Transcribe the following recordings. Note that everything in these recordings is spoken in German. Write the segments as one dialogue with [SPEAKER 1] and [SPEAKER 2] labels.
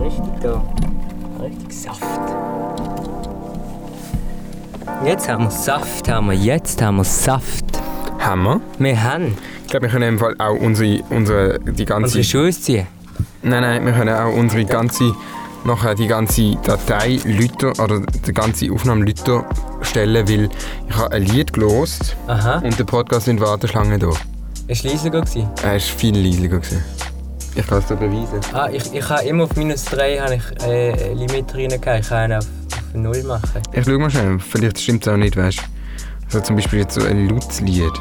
[SPEAKER 1] richtig da. Richtig Saft. Jetzt haben wir Saft, haben wir. Jetzt haben wir Saft.
[SPEAKER 2] Haben wir?
[SPEAKER 1] Wir haben
[SPEAKER 2] Ich glaube, wir können im Fall auch unsere, unsere, die ganze...
[SPEAKER 1] unsere Schuhe ausziehen.
[SPEAKER 2] nein, nein, wir können auch unsere ganze... Nachher die ganze Datei Lüter oder die ganze Aufnahme Lüter stellen, weil ich habe ein Lied gelost
[SPEAKER 1] Aha.
[SPEAKER 2] und der Podcast in Warteschlange da.
[SPEAKER 1] Ist Liesel gut gewesen?
[SPEAKER 2] Er war viel leiser. Gewesen. Ich kann es dir beweisen.
[SPEAKER 1] Ah, ich, ich habe immer auf minus 3 habe ich, äh, ein Limit reingegeben. Ich kann einen auf, auf 0 machen.
[SPEAKER 2] Ich schau mal schnell, vielleicht stimmt es auch nicht, weißt du. Also zum Beispiel jetzt so ein Lutz-Lied.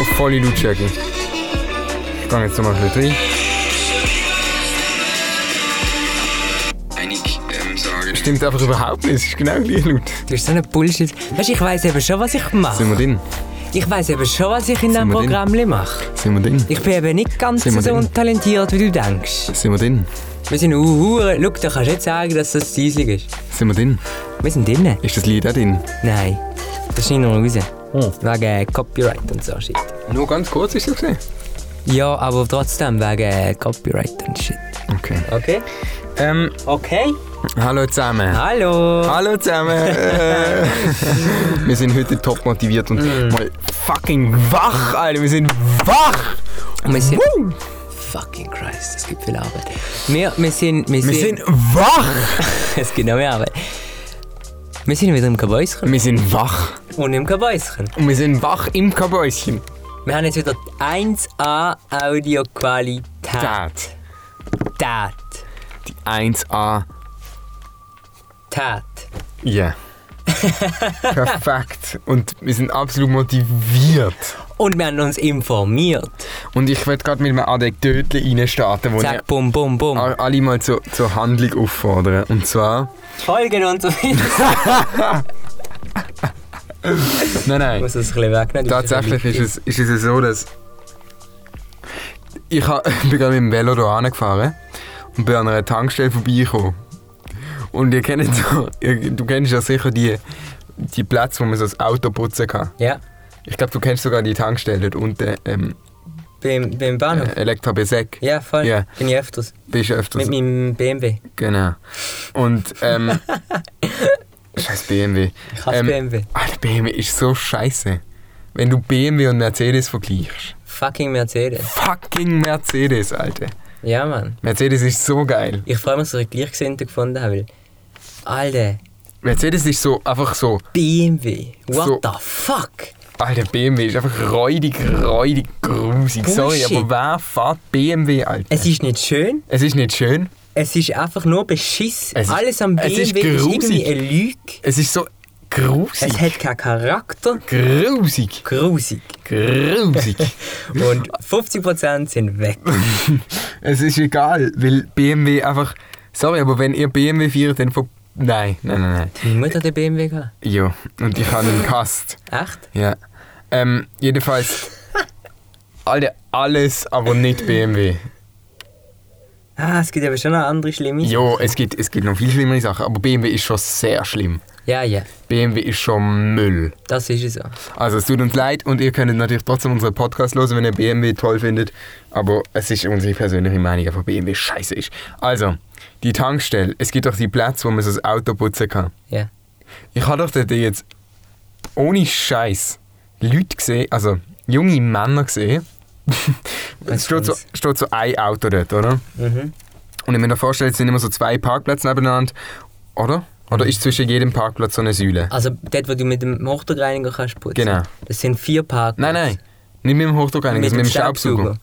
[SPEAKER 2] Auf volle Lautstärke. Ich gehe jetzt nochmal ein bisschen rein.
[SPEAKER 3] einig ähm, sagen.
[SPEAKER 2] Stimmt einfach überhaupt nicht, es ist genau gleich laut.
[SPEAKER 1] Du bist so ein Bullshit. Weißt du, ich weiß eben schon, was ich mache.
[SPEAKER 2] Sind wir drin?
[SPEAKER 1] Ich weiß eben schon, was ich in
[SPEAKER 2] Sind
[SPEAKER 1] diesem
[SPEAKER 2] wir drin?
[SPEAKER 1] Programm mache.
[SPEAKER 2] Sind wir drin?
[SPEAKER 1] Ich bin eben nicht ganz
[SPEAKER 2] Sind wir
[SPEAKER 1] so
[SPEAKER 2] drin?
[SPEAKER 1] untalentiert, wie du denkst.
[SPEAKER 2] Sind wir drin?
[SPEAKER 1] Wir sind Uhren. Schau, da kannst du nicht sagen, dass das Diesel ist.
[SPEAKER 2] Sind wir drin?
[SPEAKER 1] Wir sind drinnen.
[SPEAKER 2] Ist das Lied auch drin?
[SPEAKER 1] Nein, das schneiden wir raus. Wegen äh, Copyright und so Shit.
[SPEAKER 2] Nur ganz kurz ist das gesehen.
[SPEAKER 1] Ja, aber trotzdem wegen äh, Copyright und Shit.
[SPEAKER 2] Okay.
[SPEAKER 1] Okay?
[SPEAKER 2] Ähm,
[SPEAKER 1] Okay.
[SPEAKER 2] hallo zusammen.
[SPEAKER 1] Hallo.
[SPEAKER 2] Hallo zusammen! Äh, wir sind heute top motiviert und mal fucking wach, Alter! Wir sind wach!
[SPEAKER 1] Und wir sind...
[SPEAKER 2] Woo!
[SPEAKER 1] Fucking Christ, es gibt viel Arbeit. Wir, wir sind... Wir,
[SPEAKER 2] Wir sind wach!
[SPEAKER 1] Es gibt noch mehr Arbeit. Wir sind wieder im Kabäuschen
[SPEAKER 2] Wir sind wach!
[SPEAKER 1] und im Kabäuschen.
[SPEAKER 2] Und wir sind wach im Kabäuschen.
[SPEAKER 1] Wir haben jetzt wieder die 1A
[SPEAKER 2] Ah.
[SPEAKER 1] Audioqualität.
[SPEAKER 2] Tat.
[SPEAKER 1] Tat.
[SPEAKER 2] 1a.
[SPEAKER 1] Tat.
[SPEAKER 2] Ja. Perfekt. Und wir sind absolut motiviert.
[SPEAKER 1] Und wir haben uns informiert.
[SPEAKER 2] Und ich werde gerade mit einem Anekdote reinstarten, wo
[SPEAKER 1] Zack,
[SPEAKER 2] ich
[SPEAKER 1] bum, bum, bum.
[SPEAKER 2] alle mal zur, zur Handlung auffordern. Und zwar...
[SPEAKER 1] Folgen und so weiter.
[SPEAKER 2] Nein,
[SPEAKER 1] Ich
[SPEAKER 2] nein.
[SPEAKER 1] muss das ein bisschen wegnehmen. das
[SPEAKER 2] Tatsächlich
[SPEAKER 1] ein
[SPEAKER 2] ist es, ist es so, dass ich ha, bin gerade mit dem Velo hier angefahren und bin an einer Tankstelle vorbeigekommen. Und ihr kennt so, ihr, du kennst ja sicher die, die Plätze, wo man so das Auto putzen kann.
[SPEAKER 1] bisschen- Ja,
[SPEAKER 2] Ich glaube, du kennst sogar die Tankstelle dort unten, ähm,
[SPEAKER 1] beim, beim Bahnhof.
[SPEAKER 2] äh, Elektra Besek.
[SPEAKER 1] Ja, voll.
[SPEAKER 2] Ja.
[SPEAKER 1] Bin ich öfters.
[SPEAKER 2] Bist du öfters.
[SPEAKER 1] Mit meinem BMW.
[SPEAKER 2] Genau. Und, ähm, scheiß BMW.
[SPEAKER 1] Ich hasse
[SPEAKER 2] Ähm,
[SPEAKER 1] BMW.
[SPEAKER 2] Alter, BMW ist so scheiße. Wenn du BMW und Mercedes vergleichst.
[SPEAKER 1] Fucking Mercedes.
[SPEAKER 2] Fucking Mercedes, Alter.
[SPEAKER 1] Ja, Mann.
[SPEAKER 2] Mercedes ist so geil.
[SPEAKER 1] Ich freue mich, dass ich Gleichgesinnte gefunden habe. weil- Alter,
[SPEAKER 2] Mercedes ist so einfach so.
[SPEAKER 1] BMW. What
[SPEAKER 2] So.
[SPEAKER 1] the fuck?
[SPEAKER 2] Alter, BMW ist einfach räudig, räudig, grusig. Sorry,
[SPEAKER 1] Bullshit.
[SPEAKER 2] aber wer fährt BMW, Alter?
[SPEAKER 1] Es ist nicht schön,
[SPEAKER 2] Es ist nicht schön.
[SPEAKER 1] es ist einfach nur Beschiss.
[SPEAKER 2] Es ist-
[SPEAKER 1] Alles am
[SPEAKER 2] es
[SPEAKER 1] BMW
[SPEAKER 2] ist
[SPEAKER 1] ist, irgendwie
[SPEAKER 2] grusig.
[SPEAKER 1] eine Lüge.
[SPEAKER 2] Es ist so grusig.
[SPEAKER 1] Es hat keinen Charakter.
[SPEAKER 2] grusig.
[SPEAKER 1] Grusig.
[SPEAKER 2] Grusig.
[SPEAKER 1] Und 50% sind weg.
[SPEAKER 2] es ist egal, weil BMW einfach. Sorry, aber wenn ihr BMW feiert, dann ver. Nein, nein, nein, nein.
[SPEAKER 1] Meine Mutter hat den BMW gehabt.
[SPEAKER 2] Ja, und ich habe ihn gehasst.
[SPEAKER 1] Echt?
[SPEAKER 2] Ja. Ähm, jedenfalls. Alter, alles, aber nicht BMW.
[SPEAKER 1] Ah, es gibt aber schon noch andere schlimme.
[SPEAKER 2] Ja, es gibt, es gibt noch viel schlimmere Sachen, aber BMW ist schon sehr schlimm.
[SPEAKER 1] Ja, ja.
[SPEAKER 2] BMW ist schon Müll.
[SPEAKER 1] Das ist es so.
[SPEAKER 2] Also es tut uns leid und ihr könnt natürlich trotzdem unseren Podcast hören, wenn ihr BMW toll findet. Aber es ist unsere persönliche Meinung, von BMW scheiße ist. Also, die Tankstelle. Es gibt doch die Plätze, wo man so das Auto putzen kann.
[SPEAKER 1] Ja.
[SPEAKER 2] Ich habe doch dort jetzt ohne Scheiß Leute gesehen, also junge Männer gesehen. es steht so,
[SPEAKER 1] kommt's.
[SPEAKER 2] steht so ein Auto dort, oder?
[SPEAKER 1] Mhm.
[SPEAKER 2] Und ich mir da vorstelle, es sind immer so zwei Parkplätze nebeneinander, oder? Oder ist zwischen jedem Parkplatz so eine Säule?
[SPEAKER 1] Also dort, wo du mit dem Hochdruckreiniger kannst putzen.
[SPEAKER 2] Genau.
[SPEAKER 1] Das sind vier Parkplätze.
[SPEAKER 2] Nein, nein. Nicht mit dem Hochdruckreiniger, sondern mit dem Staubsauger.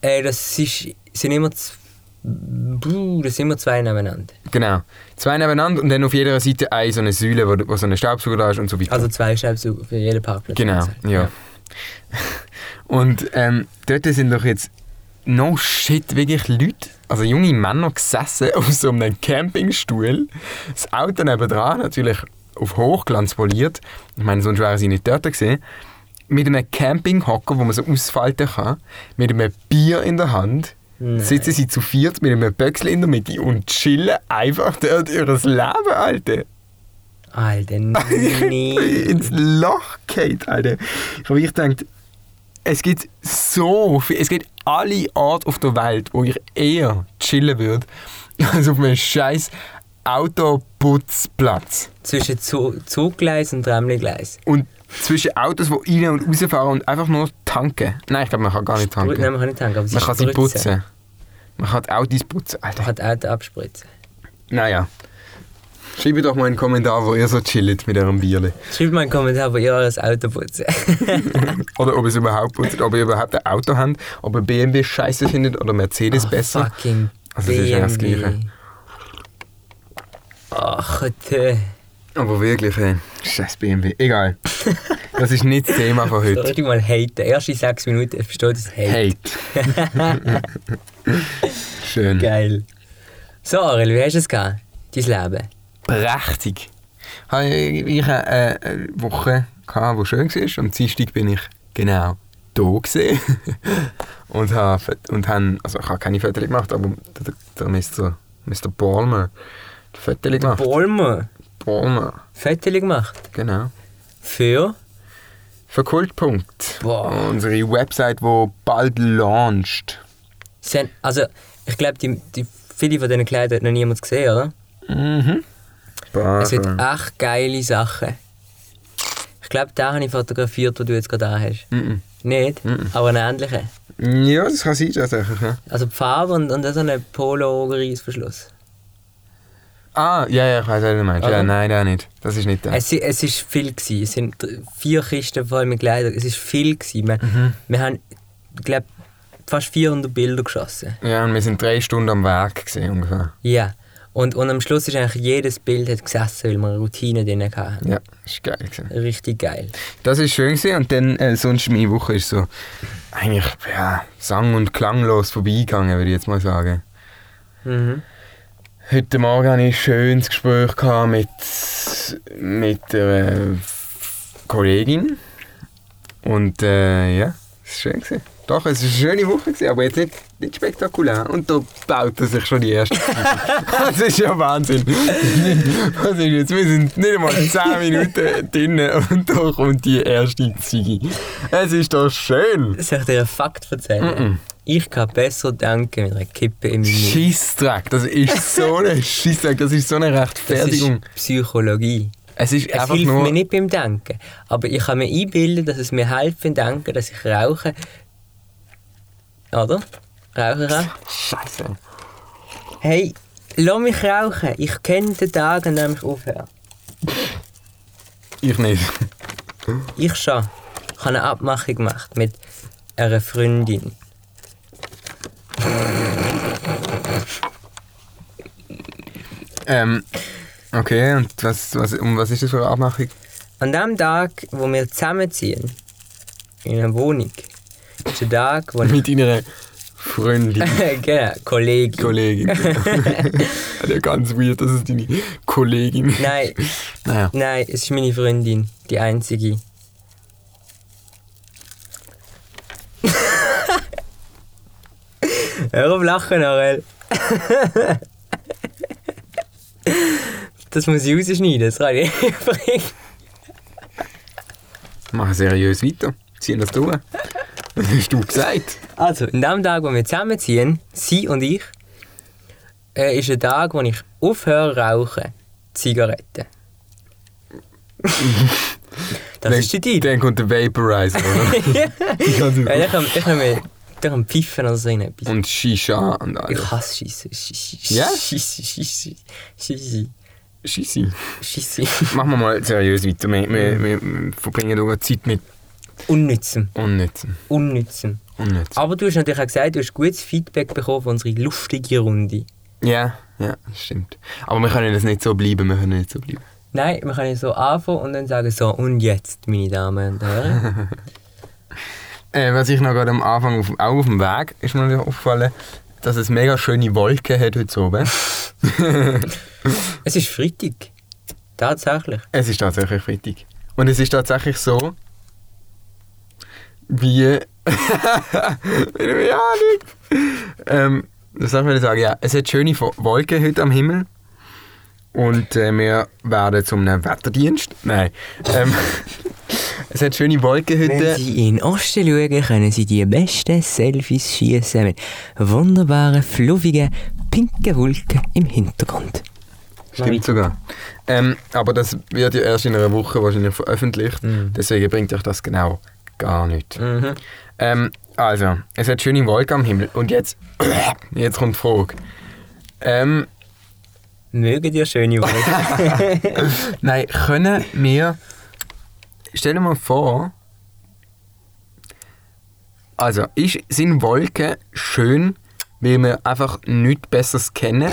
[SPEAKER 1] Äh, das ist, sind immer z- Buh, das sind immer zwei nebeneinander.
[SPEAKER 2] Genau. Zwei nebeneinander und dann auf jeder Seite eine so eine Säule, wo, wo so ein Staubsauger da ist und so weiter.
[SPEAKER 1] Also zwei Staubsauger für jeden Parkplatz.
[SPEAKER 2] genau,
[SPEAKER 1] sozusagen.
[SPEAKER 2] ja. Und ähm, dort sind doch jetzt no shit wirklich Leute, also junge Männer gesessen auf so einem Campingstuhl. Das Auto nebendran natürlich auf Hochglanz poliert. Ich meine, sonst wären sie nicht dort gewesen. Mit einem Campinghocker, wo man so ausfalten kann, mit einem Bier in der Hand, sitzen sie zu viert mit einem Böckchen in der Mitte und chillen einfach dort ihr Leben, Alter.
[SPEAKER 1] Alter,
[SPEAKER 2] Ich bin
[SPEAKER 1] nee.
[SPEAKER 2] ins Loch geht, Alter. Ich habe gedacht, es gibt so viel, es gibt alle Orte auf der Welt, wo ich eher chillen würde, als auf einem scheiß Autoputzplatz.
[SPEAKER 1] Zwischen Zu- Zuggleis und Tramgleis.
[SPEAKER 2] Und zwischen Autos, die rein und rausfahren und einfach nur tanken. Nein, ich glaube, man kann gar nicht
[SPEAKER 1] Gut, nein,
[SPEAKER 2] tanken.
[SPEAKER 1] man kann nicht tanken, aber
[SPEAKER 2] Man kann sie
[SPEAKER 1] spritzen.
[SPEAKER 2] putzen. Man kann die Autos putzen,
[SPEAKER 1] Man
[SPEAKER 2] Alter.
[SPEAKER 1] kann die Auto abspritzen.
[SPEAKER 2] Naja. Schreibt doch mal einen Kommentar, wo ihr so chillt mit eurem Bierli.
[SPEAKER 1] Schreibt mal einen Kommentar, wo ihr eures Auto putzt.
[SPEAKER 2] Oder ob es überhaupt putzt, ob ihr überhaupt ein Auto habt, ob ihr BMW scheiße findet oder Mercedes
[SPEAKER 1] Ah,
[SPEAKER 2] besser.
[SPEAKER 1] Fucking
[SPEAKER 2] Also es ist ja das Gleiche.
[SPEAKER 1] Ach, Gott.
[SPEAKER 2] Aber wirklich, ey. Scheiß BMW. Egal. Das ist nicht das Thema von
[SPEAKER 1] Soll
[SPEAKER 2] heute.
[SPEAKER 1] ich mal haten? Erste sechs Minuten versteht das Hate.
[SPEAKER 2] Hate. Schön.
[SPEAKER 1] Geil. So, Ariel, wie hast du es gehabt? Dein Leben?
[SPEAKER 2] Prächtig. Habe Ich ich hatte äh, eine Woche, gehabt, die schön war. Am Dienstag bin ich genau da gewesen. und habe, Fot- und habe, also ich habe keine Fotos gemacht, aber der, der Mr. Mr. Ballmer hat Fotos gemacht.
[SPEAKER 1] Bolmer.
[SPEAKER 2] Ballmer,
[SPEAKER 1] Fotos gemacht.
[SPEAKER 2] genau.
[SPEAKER 1] Für?
[SPEAKER 2] Für Kultpunkt.
[SPEAKER 1] Boah.
[SPEAKER 2] Unsere Website, die bald launcht.
[SPEAKER 1] Sie haben, also, ich glaube, die, die, viele von diesen Kleidern hat noch niemand gesehen, oder?
[SPEAKER 2] Mhm.
[SPEAKER 1] Es sind
[SPEAKER 2] Bar.
[SPEAKER 1] echt geile Sachen. Ich glaube, den habe ich fotografiert, den du jetzt gerade hast.
[SPEAKER 2] Mhm.
[SPEAKER 1] Nicht? Aber einen ähnlichen.
[SPEAKER 2] Ja, das kann sein tatsächlich. Ja.
[SPEAKER 1] Also die Farbe und, und dann so einen Polo-Reissverschluss.
[SPEAKER 2] Ah, ja, ja, ich weiß, was du meinst.
[SPEAKER 1] Oder?
[SPEAKER 2] Ja, nein, der nicht. Das ist nicht der.
[SPEAKER 1] Es, i- es ist viel gewesen. Es sind dr- vier Kisten voll mit Kleidern. Es ist viel gewesen. Wir,
[SPEAKER 2] Mhm.
[SPEAKER 1] wir haben, glaube fast 400 Bilder geschossen.
[SPEAKER 2] Ja, und wir sind drei Stunden am Werk gesehen ungefähr.
[SPEAKER 1] Ja. Und, und am Schluss ist eigentlich jedes Bild hat gesessen, weil wir eine Routine drin hatten.
[SPEAKER 2] Ja, das war geil. Gewesen.
[SPEAKER 1] Richtig geil.
[SPEAKER 2] Das war schön gewesen. und dann äh, sonst meine Woche ist so eigentlich ja, sang- und klanglos vorbeigegangen, würde ich jetzt mal sagen.
[SPEAKER 1] Mhm.
[SPEAKER 2] Heute Morgen hatte ich ein schönes Gespräch gehabt mit, mit der äh, Kollegin. Und äh, ja, es war schön. Gewesen. Doch, es war eine schöne Woche, gewesen, aber jetzt nicht, nicht spektakulär. Und da baut er sich schon die erste Zeit. Das ist ja Wahnsinn. Was ist jetzt? Wir sind nicht einmal 10 Minuten drin und da kommt die erste Ziege. Es ist doch schön.
[SPEAKER 1] Soll ich dir einen Fakt erzählen?
[SPEAKER 2] Mhm.
[SPEAKER 1] Ich kann besser denken mit einer Kippe im Mund.
[SPEAKER 2] Scheissdreck, das ist so ein Scheissdreck, das ist so eine
[SPEAKER 1] Das
[SPEAKER 2] Rechtfertigung.
[SPEAKER 1] ist Psychologie.
[SPEAKER 2] Es ist
[SPEAKER 1] Es
[SPEAKER 2] einfach
[SPEAKER 1] hilft
[SPEAKER 2] nur.
[SPEAKER 1] mir nicht beim Denken. Aber ich kann mir einbilden, dass es mir hilft beim Denken, dass ich rauche. Oder? Rauchen kann.
[SPEAKER 2] Scheiße.
[SPEAKER 1] Hey, lass mich rauchen. Ich kenne den Tag, an dem ich aufhöre.
[SPEAKER 2] Ich nicht.
[SPEAKER 1] Ich schon. Ich habe eine Abmachung gemacht mit einer Freundin.
[SPEAKER 2] Ähm, okay, und was, was, um was ist das für eine Abmachung?
[SPEAKER 1] An dem Tag, wo wir zusammenziehen, in einer Wohnung, ist der Tag, wo ich...
[SPEAKER 2] Mit deiner Freundin,
[SPEAKER 1] genau, Kollegin.
[SPEAKER 2] Kollegin. ja, ganz weird, dass es deine Kollegin ist.
[SPEAKER 1] Nein,
[SPEAKER 2] Naja.
[SPEAKER 1] nein, es ist meine Freundin. Die einzige. Hör auf lachen, Ariel. Das muss ich rausschneiden, das kann ich nicht bringen.
[SPEAKER 2] Mach seriös weiter. Zieh das durch. Das hast du gesagt.
[SPEAKER 1] Also, an dem Tag, wo wir zusammenziehen, sie und ich, äh, ist ein Tag, wo ich aufhöre rauchen. Zigaretten. das ist der Deal.
[SPEAKER 2] Dann kommt der Vaporizer, oder? Die ganze
[SPEAKER 1] Ja,
[SPEAKER 2] Zeit.
[SPEAKER 1] ich Äh, kann, ich kann mir ich kann pfeifen oder so in etwas.
[SPEAKER 2] und Shisha und alles.
[SPEAKER 1] Ich hasse Scheisse. Scheisse.
[SPEAKER 2] Ja?
[SPEAKER 1] Scheisse. Scheisse. Scheisse.
[SPEAKER 2] Schissi.
[SPEAKER 1] Scheisse.
[SPEAKER 2] Machen wir mal seriös weiter. Wir, wir, wir- wir verbringen sogar Zeit mit
[SPEAKER 1] Unnützem.
[SPEAKER 2] Unnützen.
[SPEAKER 1] Unnützem.
[SPEAKER 2] Unnützen.
[SPEAKER 1] Aber du hast natürlich auch gesagt, du hast gutes Feedback bekommen von unserer lustigen Runde.
[SPEAKER 2] Ja, ja, das stimmt. Aber wir können das nicht so bleiben, wir können nicht so bleiben.
[SPEAKER 1] Nein, wir können so anfangen und dann sagen so, und jetzt, meine Damen und Herren.
[SPEAKER 2] Äh, was ich noch gerade am Anfang auf, auch auf dem Weg ist mir noch aufgefallen, dass es mega schöne Wolken hat heute oben.
[SPEAKER 1] Es ist Freitag. Tatsächlich.
[SPEAKER 2] es ist tatsächlich Freitag. Und es ist tatsächlich so, wie. ja, nicht. Ähm, das darf ich sagen, ja. Es hat schöne Fo- Wolken heute am Himmel. Und äh, wir werden zum einem Wetterdienst. Nein. Ähm, es hat schöne Wolken heute.
[SPEAKER 1] Wenn Sie in den Osten schauen, können Sie die besten Selfies schießen mit wunderbaren, fluffigen, pinken Wolken im Hintergrund.
[SPEAKER 2] Stimmt sogar. Ähm, aber das wird ja erst in einer Woche wahrscheinlich veröffentlicht. Deswegen bringt euch das genau gar nicht.
[SPEAKER 1] Mhm.
[SPEAKER 2] Ähm, also, es hat schöne Wolken am Himmel. Und jetzt, jetzt kommt die Frage. Ähm,
[SPEAKER 1] Mögen dir schöne Wolken.
[SPEAKER 2] nein, können wir. Stell dir mal vor. Also, ist, sind Wolken schön, weil wir einfach nichts Besseres kennen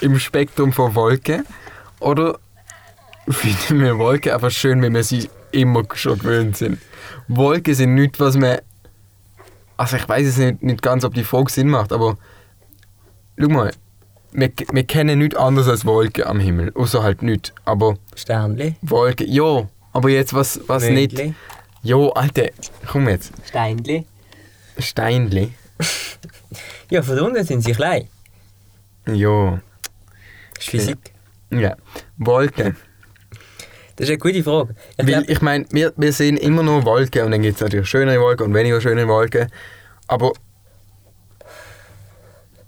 [SPEAKER 2] im Spektrum von Wolken? Oder finden wir Wolken einfach schön, weil wir sie immer schon gewöhnt sind? Wolken sind nichts, was man. Also, ich weiß es nicht, nicht ganz, ob die Frage Sinn macht, aber. Schau mal, wir, wir kennen nichts anderes als Wolken am Himmel. Außer halt nichts. Aber.
[SPEAKER 1] Sternli,
[SPEAKER 2] Wolken. Ja, aber jetzt was, was nicht.
[SPEAKER 1] Mögli.
[SPEAKER 2] Jo, Alter, komm jetzt.
[SPEAKER 1] Steinli.
[SPEAKER 2] Steinli.
[SPEAKER 1] Ja, von unten sind sie klein.
[SPEAKER 2] Jo.
[SPEAKER 1] Das ist Physik.
[SPEAKER 2] Ja. Wolken.
[SPEAKER 1] Das ist eine gute Frage. Ich
[SPEAKER 2] Weil
[SPEAKER 1] glaub,
[SPEAKER 2] ich meine, wir, wir sehen immer nur Wolken und dann gibt es natürlich schönere Wolken und weniger schöne Wolken. Aber.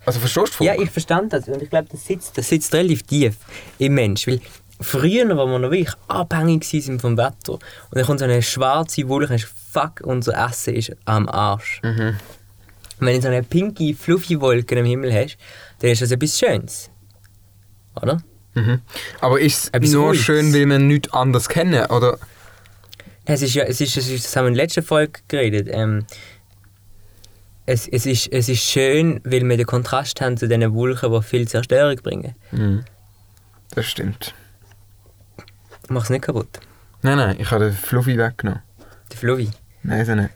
[SPEAKER 2] Also verstehst du die
[SPEAKER 1] ja,
[SPEAKER 2] Frage?
[SPEAKER 1] ich verstand das. Und ich glaube, das sitzt, das sitzt relativ tief im Mensch. Weil früher, wo wir noch wirklich abhängig waren vom Wetter, und dann kommt so eine schwarze Wolke, und fuck, unser Essen ist am Arsch.
[SPEAKER 2] Mhm.
[SPEAKER 1] Und wenn du so eine pinke, fluffige Wolke am Himmel hast, dann ist das etwas Schönes. Oder?
[SPEAKER 2] Mhm. Aber ist es
[SPEAKER 1] Etwas
[SPEAKER 2] nur
[SPEAKER 1] Ruhiges.
[SPEAKER 2] schön, weil wir nichts anderes kennen? Oder.
[SPEAKER 1] Es ist ja, es ist, es ist, das haben wir in der letzten Folge geredet. Ähm, es, es, ist, es ist schön, weil wir den Kontrast haben zu diesen Wolken, die viel Zerstörung bringen.
[SPEAKER 2] Das stimmt.
[SPEAKER 1] Mach es nicht kaputt.
[SPEAKER 2] Nein, nein, ich habe den Fluffy weggenommen.
[SPEAKER 1] Der Fluvi.
[SPEAKER 2] Nein, so nicht.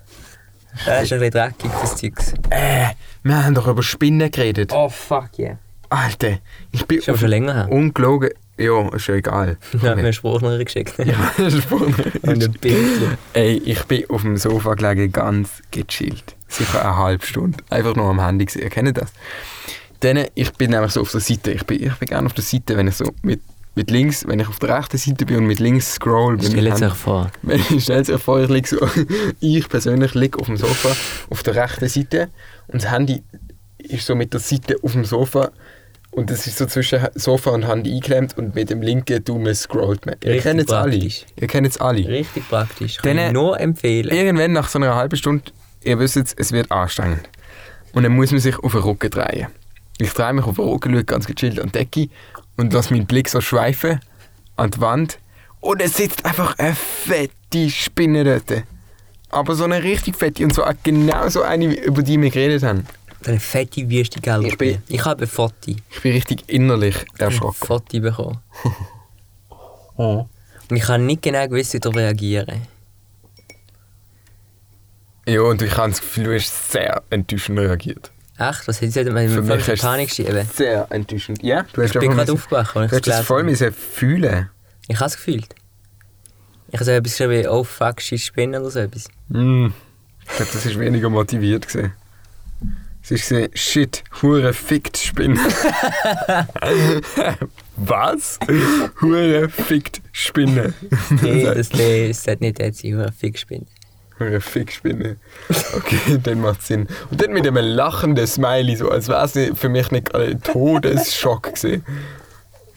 [SPEAKER 1] Das ist ein bisschen dreckig, das Zeugs.
[SPEAKER 2] Äh, wir haben doch über Spinnen geredet.
[SPEAKER 1] Oh, fuck yeah.
[SPEAKER 2] Alter, ich bin
[SPEAKER 1] Ist aber schon länger her.
[SPEAKER 2] ungelogen. Ja, ist ja egal.
[SPEAKER 1] Da hat mir eine Sprachnachricht geschickt.
[SPEAKER 2] Oh, Ja, das ist voll-
[SPEAKER 1] Und ein Bild.
[SPEAKER 2] Ey, ich bin auf dem Sofa gelegen, ganz gechillt. Sicher eine halbe Stunde. Einfach nur am Handy gewesen. Ihr kennt das. Dann, ich bin nämlich so auf der Seite. Ich bin, ich bin gerne auf der Seite, wenn ich so mit, mit links, wenn ich auf der rechten Seite bin und mit links scroll. bei meinem
[SPEAKER 1] Stell jetzt
[SPEAKER 2] Handy.
[SPEAKER 1] euch vor.
[SPEAKER 2] Wenn ich stellt euch vor, ich liege so, ich persönlich liege auf dem Sofa auf der rechten Seite und das Handy ist so mit der Seite auf dem Sofa und es ist so zwischen Sofa und Handy eingeklemmt und mit dem linken Daumen scrollt man. Ihr
[SPEAKER 1] Richtig
[SPEAKER 2] kennt es alle.
[SPEAKER 1] praktisch.
[SPEAKER 2] Ihr kennt es alle.
[SPEAKER 1] Richtig praktisch. Kann
[SPEAKER 2] Denen-
[SPEAKER 1] ich nur empfehlen.
[SPEAKER 2] Irgendwann nach so einer halben Stunde, ihr wisst jetzt, es wird anstrengend. Und dann muss man sich auf den Rücken drehen. Ich drehe mich auf den Rücken, schaue ganz gechillt an die Decke und lasse meinen Blick so schweifen an die Wand. Und es sitzt einfach eine fette Spinne dort. Aber so eine richtig fette und so eine- genau so eine, über die wir geredet haben.
[SPEAKER 1] So eine fette Wüste Gelb.
[SPEAKER 2] Ich bin-
[SPEAKER 1] ich habe ein Foto.
[SPEAKER 2] Ich bin richtig innerlich
[SPEAKER 1] Ein
[SPEAKER 2] erschrocken.
[SPEAKER 1] Foto bekommen. Und ich habe nicht genau gewusst, wie darauf reagieren.
[SPEAKER 2] Ja, und ich habe das Gefühl, du hast sehr enttäuschend reagiert.
[SPEAKER 1] Echt? Was hätte ich denn? Ich
[SPEAKER 2] Für
[SPEAKER 1] habe
[SPEAKER 2] mich
[SPEAKER 1] voll
[SPEAKER 2] hast
[SPEAKER 1] Panik geschrieben.
[SPEAKER 2] Sehr enttäuschend. Ja, du hast
[SPEAKER 1] Ich bin
[SPEAKER 2] einfach
[SPEAKER 1] gerade
[SPEAKER 2] müssen-
[SPEAKER 1] aufgewacht, als ich es
[SPEAKER 2] Du hast das
[SPEAKER 1] gelesen
[SPEAKER 2] voll
[SPEAKER 1] habe.
[SPEAKER 2] müssen fühlen.
[SPEAKER 1] Ich habe es gefühlt. Ich habe so etwas geschrieben wie «Oh fuck, shit, Spinnen» oder so etwas.
[SPEAKER 2] Mm. Ich glaube, das war weniger motiviert. Gewesen. Es war gesehen, shit, Hure fickt Spinne. Was? Hure fickt Spinne.
[SPEAKER 1] Nein, das, nee, das sollte nicht dort sein, ich habe viel gespielt.
[SPEAKER 2] Hure fickt Spinne. Okay, dann macht Sinn. Und dann mit einem lachenden Smiley, so als wäre es für mich nicht gerade ein Todesschock gewesen.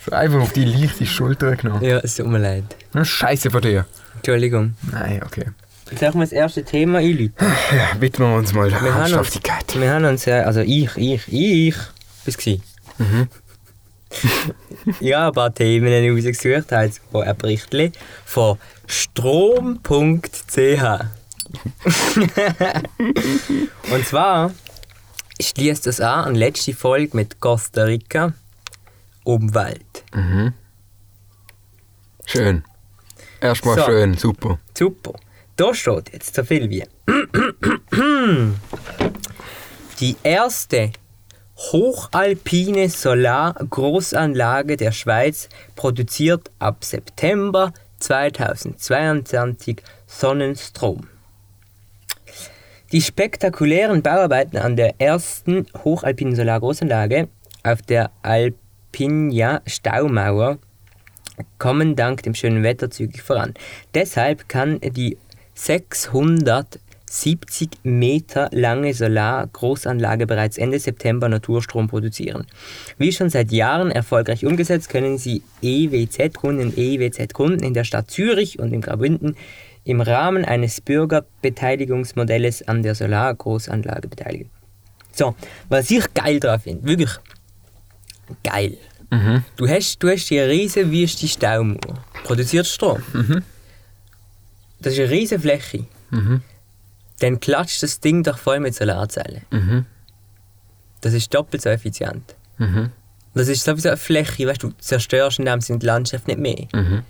[SPEAKER 2] So einfach auf die leichte Schulter genommen.
[SPEAKER 1] Ja, es tut mir leid.
[SPEAKER 2] Na, Scheiße von dir.
[SPEAKER 1] Entschuldigung.
[SPEAKER 2] Nein, okay.
[SPEAKER 1] Jetzt sagen wir das erste Thema einläuten.
[SPEAKER 2] Ja, widmen wir uns mal der
[SPEAKER 1] Wir haben uns-
[SPEAKER 2] Ernsthaftigkeit.
[SPEAKER 1] Wir haben uns ja, also ich, ich, ich, bis gsi. ja, ein paar Themen rausgesucht, habe jetzt von ein Berichtli von strom.ch. Und zwar schließt das an an die letzte Folge mit Costa Rica, Umwelt.
[SPEAKER 2] Mhm. Schön. Erstmal
[SPEAKER 1] So.
[SPEAKER 2] schön, super.
[SPEAKER 1] Super. Da steht jetzt so viel wie. Die erste hochalpine Solargroßanlage der Schweiz produziert ab September 2022 Sonnenstrom. Die spektakulären Bauarbeiten an der ersten hochalpinen Solargroßanlage auf der Alp Pinja Staumauer kommen dank dem schönen Wetter zügig voran. Deshalb kann die 670 Meter lange Solar-Großanlage bereits Ende September Naturstrom produzieren. Wie schon seit Jahren erfolgreich umgesetzt, können sie E EWZ-Kunden und E EWZ-Kunden in der Stadt Zürich und in Graubünden im Rahmen eines Bürgerbeteiligungsmodells an der Solar-Großanlage beteiligen. So, was ich geil daran finde, wirklich geil. Du hast, du hast eine riesige wüste Staumauer, produziert Strom. Das ist eine riesige Fläche. Dann klatscht das Ding doch voll mit Solarzellen. Das ist doppelt so effizient. Das ist sowieso eine Fläche, weißt du, du zerstörst in dem Sinne die Landschaft nicht mehr.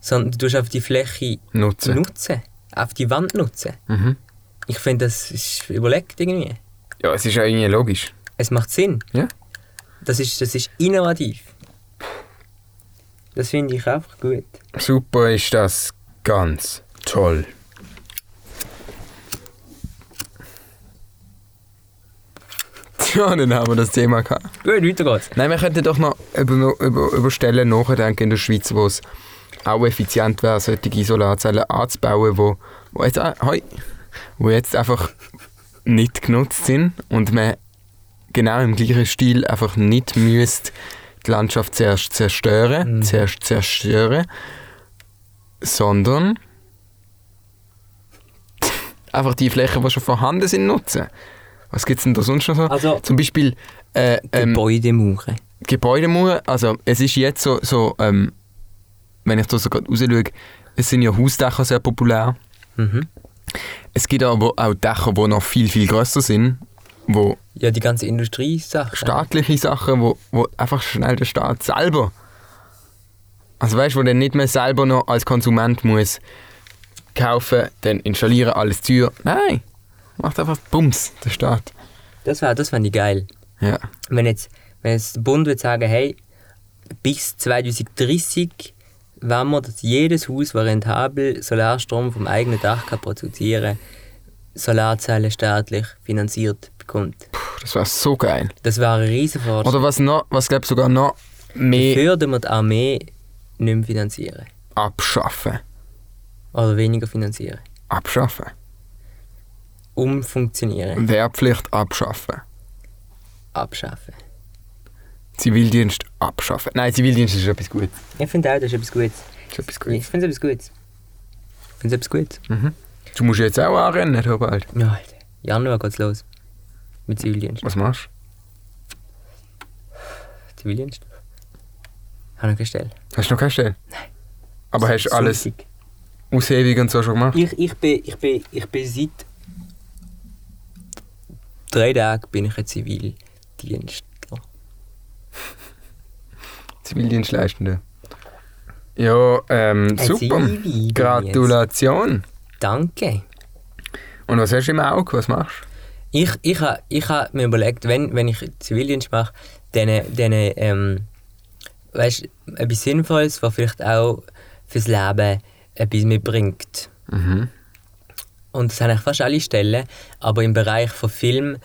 [SPEAKER 1] Sondern du tust auf die Fläche
[SPEAKER 2] Nutzen.
[SPEAKER 1] nutzen, auf die Wand nutzen. Ich finde, das ist überlegt irgendwie.
[SPEAKER 2] Ja, es ist ja irgendwie logisch.
[SPEAKER 1] Es macht Sinn.
[SPEAKER 2] Ja.
[SPEAKER 1] Das ist, das ist innovativ. Das finde ich einfach gut.
[SPEAKER 2] Super ist das ganz toll. Ja, dann haben wir das Thema gehabt.
[SPEAKER 1] Gut, weiter geht's.
[SPEAKER 2] Nein, wir könnten doch noch über, über, über Stellen nachdenken in der Schweiz, wo es auch effizient wäre, solche Solarzellen anzubauen, wo, wo, jetzt, a- hoi, wo jetzt einfach nicht genutzt sind und man genau im gleichen Stil einfach nicht müsste die Landschaft zuerst zerstören, zuerst zerstören, sondern einfach die Flächen, die schon vorhanden sind, nutzen. Was gibt es denn da sonst noch so?
[SPEAKER 1] Also-
[SPEAKER 2] Zum Beispiel äh, ähm,
[SPEAKER 1] Gebäudemauern.
[SPEAKER 2] Gebäudemauer, also es ist jetzt so, so ähm, wenn ich da so gerade rausschaue, es sind ja Hausdächer sehr populär.
[SPEAKER 1] Mhm.
[SPEAKER 2] Es gibt aber auch Dächer, die noch viel, viel grösser sind, wo
[SPEAKER 1] Ja, die ganze Industriesache.
[SPEAKER 2] staatliche Sachen, wo, wo einfach schnell der Staat selber, also weißt du, wo dann nicht mehr selber noch als Konsument muss kaufen, dann installieren, alles teuer. Nein, macht einfach Bums, der Staat.
[SPEAKER 1] Das, war, das fand ich geil.
[SPEAKER 2] Ja.
[SPEAKER 1] Wenn jetzt, wenn jetzt der Bund würde sagen, hey, bis 2030 wollen wir, dass jedes Haus, das rentabel Solarstrom vom eigenen Dach kann produzieren kann, Solarzellen staatlich finanziert bekommt.
[SPEAKER 2] Puh, das war so geil.
[SPEAKER 1] Das war ein riesen Fortschritt.
[SPEAKER 2] Oder was noch, was glaube ich sogar noch mehr
[SPEAKER 1] Würden wir die Armee nicht mehr finanzieren.
[SPEAKER 2] abschaffen.
[SPEAKER 1] Oder weniger finanzieren.
[SPEAKER 2] Abschaffen.
[SPEAKER 1] Umfunktionieren.
[SPEAKER 2] Wehrpflicht abschaffen.
[SPEAKER 1] Abschaffen.
[SPEAKER 2] Zivildienst abschaffen. Nein, Zivildienst ist etwas Gutes.
[SPEAKER 1] Ich finde auch, das ist etwas Gutes.
[SPEAKER 2] Ist etwas
[SPEAKER 1] Ich
[SPEAKER 2] Gutes.
[SPEAKER 1] finde es etwas Gutes. Ich finde es etwas Gutes.
[SPEAKER 2] Du musst jetzt auch anrennen, Herr bald.
[SPEAKER 1] Ja, Alter. Januar geht's los. Mit Zivildienst.
[SPEAKER 2] Was machst
[SPEAKER 1] Zivildienst? Habe noch gestellt.
[SPEAKER 2] du? Hast du noch keine Stelle? Nein. Aber hast du alles
[SPEAKER 1] Sonntag.
[SPEAKER 2] Aushebung und so schon gemacht?
[SPEAKER 1] Ich, ich, bin, ich, bin, ich bin seit drei Tagen bin ich ein Zivildienstler.
[SPEAKER 2] Zivildienstleistende. Ja, ähm,
[SPEAKER 1] Ein
[SPEAKER 2] super.
[SPEAKER 1] Zivi
[SPEAKER 2] Gratulation.
[SPEAKER 1] Danke.
[SPEAKER 2] Und was hast du im Auge? Was machst
[SPEAKER 1] Ich, ich habe ich ha mir überlegt, wenn, wenn ich Zivildienst mache, dann, dann ähm, weißt, etwas Sinnvolles, was vielleicht auch fürs Leben etwas mitbringt.
[SPEAKER 2] du? Mhm.
[SPEAKER 1] Und das haben eigentlich fast alle Stellen, aber im Bereich von Film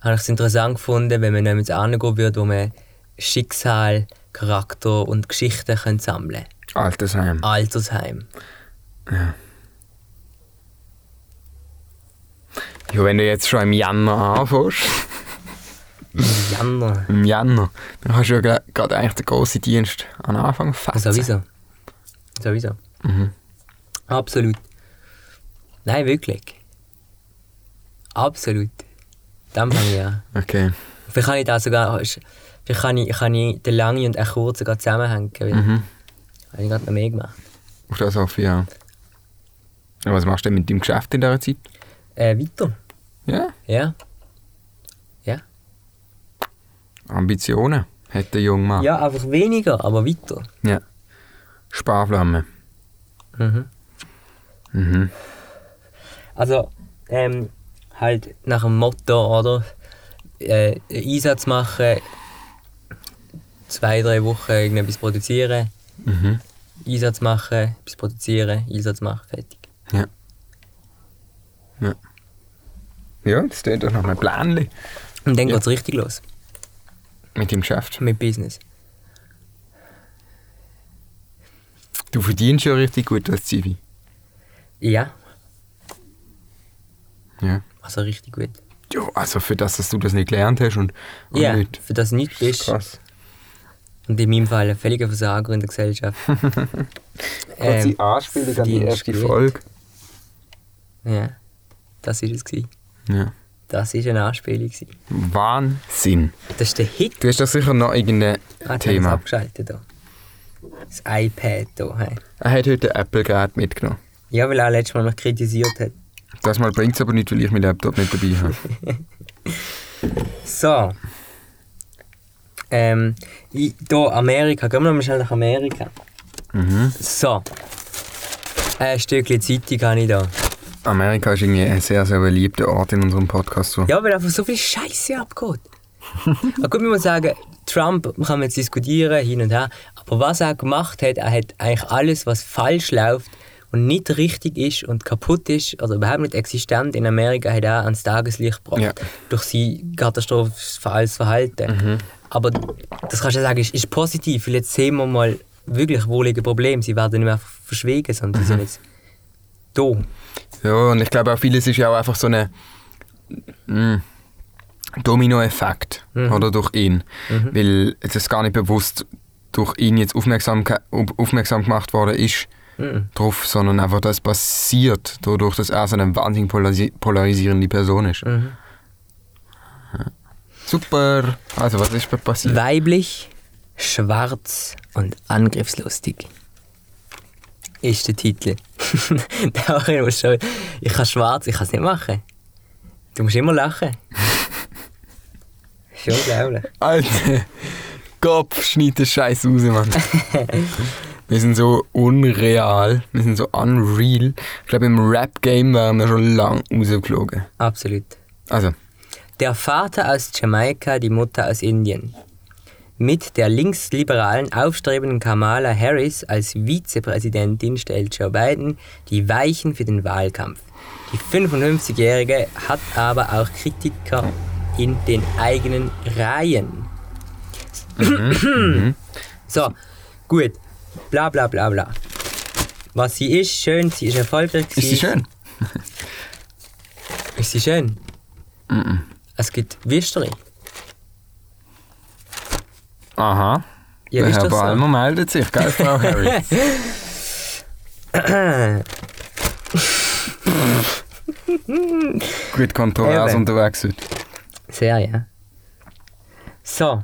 [SPEAKER 1] habe ich es interessant gefunden, wenn man jemanden angehen würde, wo man Schicksal, Charakter und Geschichten können sammeln kann.
[SPEAKER 2] Altersheim.
[SPEAKER 1] Altersheim.
[SPEAKER 2] Ja, wenn du jetzt schon im Januar anfängst,
[SPEAKER 1] Jammer.
[SPEAKER 2] im Januar, dann hast du ja gra- gerade eigentlich den grossen Dienst am Anfang Mhm. fest.
[SPEAKER 1] Sowieso. Sowieso. Absolut. Nein, wirklich. Absolut. Dann fange ich an.
[SPEAKER 2] Okay.
[SPEAKER 1] Vielleicht kann ich das sogar. Vielleicht kann ich, kann ich den langen und den kurzen sogar zusammenhängen. Weil
[SPEAKER 2] Mhm.
[SPEAKER 1] Habe ich gerade noch mehr gemacht.
[SPEAKER 2] Auf das hoffe ich auch. Ja, was machst du denn mit deinem Geschäft in dieser Zeit?
[SPEAKER 1] Äh, weiter.
[SPEAKER 2] Ja,
[SPEAKER 1] Ja.
[SPEAKER 2] Ambitionen hat der junge Mann.
[SPEAKER 1] Ja, einfach weniger, aber weiter.
[SPEAKER 2] ja. Sparflamme.
[SPEAKER 1] Mhm.
[SPEAKER 2] Mhm.
[SPEAKER 1] Also, ähm, halt nach dem Motto, oder? Äh, Einsatz machen, zwei, drei Wochen irgendetwas produzieren,
[SPEAKER 2] Mhm.
[SPEAKER 1] Einsatz machen, etwas produzieren, Einsatz machen, fertig.
[SPEAKER 2] Ja. Ja. Ja, das steht doch noch ein Plan
[SPEAKER 1] Und dann
[SPEAKER 2] Ja.
[SPEAKER 1] geht's richtig los
[SPEAKER 2] mit dem Geschäft.
[SPEAKER 1] mit Business.
[SPEAKER 2] Du verdienst ja richtig gut als Zivi.
[SPEAKER 1] Ja,
[SPEAKER 2] Ja.
[SPEAKER 1] also richtig gut.
[SPEAKER 2] ja. Also für das, dass du das nicht gelernt hast und, und
[SPEAKER 1] Ja,
[SPEAKER 2] nicht.
[SPEAKER 1] für das du nicht bist.
[SPEAKER 2] Krass.
[SPEAKER 1] Und in meinem Fall ein völliger Versager in der Gesellschaft.
[SPEAKER 2] Kurze
[SPEAKER 1] Ähm,
[SPEAKER 2] Anspielung an die
[SPEAKER 1] verdienst
[SPEAKER 2] erste
[SPEAKER 1] gut.
[SPEAKER 2] Folge.
[SPEAKER 1] Ja, das war es. Gewesen.
[SPEAKER 2] Ja.
[SPEAKER 1] Das war eine Anspielung. Gewesen.
[SPEAKER 2] Wahnsinn.
[SPEAKER 1] Das ist der Hit.
[SPEAKER 2] Du hast doch sicher noch
[SPEAKER 1] Ah,
[SPEAKER 2] irgendein
[SPEAKER 1] die haben es
[SPEAKER 2] Thema.
[SPEAKER 1] abgeschaltet hier. Das iPad hier. Hey.
[SPEAKER 2] Er hat heute ein Apple-Gerät mitgenommen.
[SPEAKER 1] Ja, weil er letztes Mal mich kritisiert hat.
[SPEAKER 2] Das mal bringt es aber nicht, weil ich meinen Laptop nicht dabei habe.
[SPEAKER 1] So. Ähm, ich, hier Amerika. Gehen wir noch mal schnell nach Amerika.
[SPEAKER 2] Mhm.
[SPEAKER 1] So. Ein Stückchen Zeitung habe ich da.
[SPEAKER 2] Amerika ist irgendwie ein sehr, sehr beliebter Ort in unserem Podcast. So.
[SPEAKER 1] Ja, weil einfach so viel Scheiße abgeht. Aber gut, man muss sagen, Trump man kann man jetzt diskutieren, hin und her. Aber was er gemacht hat, er hat eigentlich alles, was falsch läuft und nicht richtig ist und kaputt ist, also überhaupt nicht existent in Amerika, hat er ans Tageslicht gebracht.
[SPEAKER 2] Ja.
[SPEAKER 1] Durch sein katastrophales Verhalten. Aber das kannst du ja sagen, ist, ist positiv, weil jetzt sehen wir mal wirklich wohlige Probleme. Sie werden nicht mehr einfach verschwiegen, sondern sie sind jetzt da.
[SPEAKER 2] Ja, und ich glaube auch vieles ist ja auch einfach so ein Domino-Effekt, oder, durch ihn. Weil es ist gar nicht bewusst durch ihn jetzt aufmerksam, ge- auf- aufmerksam gemacht worden ist drauf, sondern einfach das passiert, dadurch, dass er so eine wahnsinnig polari polarisierende Person ist. Ja. Super! Also, was ist passiert?
[SPEAKER 1] Weiblich, schwarz und angriffslustig. Ist der Titel. da mache ich nur schon. Ich kann schwarz, ich kann es nicht machen. Du musst immer lachen. ist unglaublich.
[SPEAKER 2] Alter, Kopf, schneid den Scheiß raus, Mann. wir sind so unreal, wir sind so unreal. Ich glaube, im Rap-Game wären wir schon lang rausgeflogen.
[SPEAKER 1] Absolut.
[SPEAKER 2] Also,
[SPEAKER 1] Der Vater aus Jamaika, die Mutter aus Indien. Mit der linksliberalen, aufstrebenden Kamala Harris als Vizepräsidentin stellt Joe Biden die Weichen für den Wahlkampf. Die 55-Jährige hat aber auch Kritiker in den eigenen Reihen.
[SPEAKER 2] Mhm.
[SPEAKER 1] so, gut. Bla bla bla bla. Was sie ist, schön, sie ist erfolgreich.
[SPEAKER 2] ist sie schön?
[SPEAKER 1] Ist sie schön?
[SPEAKER 2] Mhm.
[SPEAKER 1] Es gibt Wisterei.
[SPEAKER 2] Aha.
[SPEAKER 1] Ja,
[SPEAKER 2] Der
[SPEAKER 1] ist
[SPEAKER 2] Herr
[SPEAKER 1] das so?
[SPEAKER 2] Balmer meldet sich, gell, Frau Harris? Gut kontrovers
[SPEAKER 1] Eben.
[SPEAKER 2] unterwegs heute.
[SPEAKER 1] Sehr, ja. So.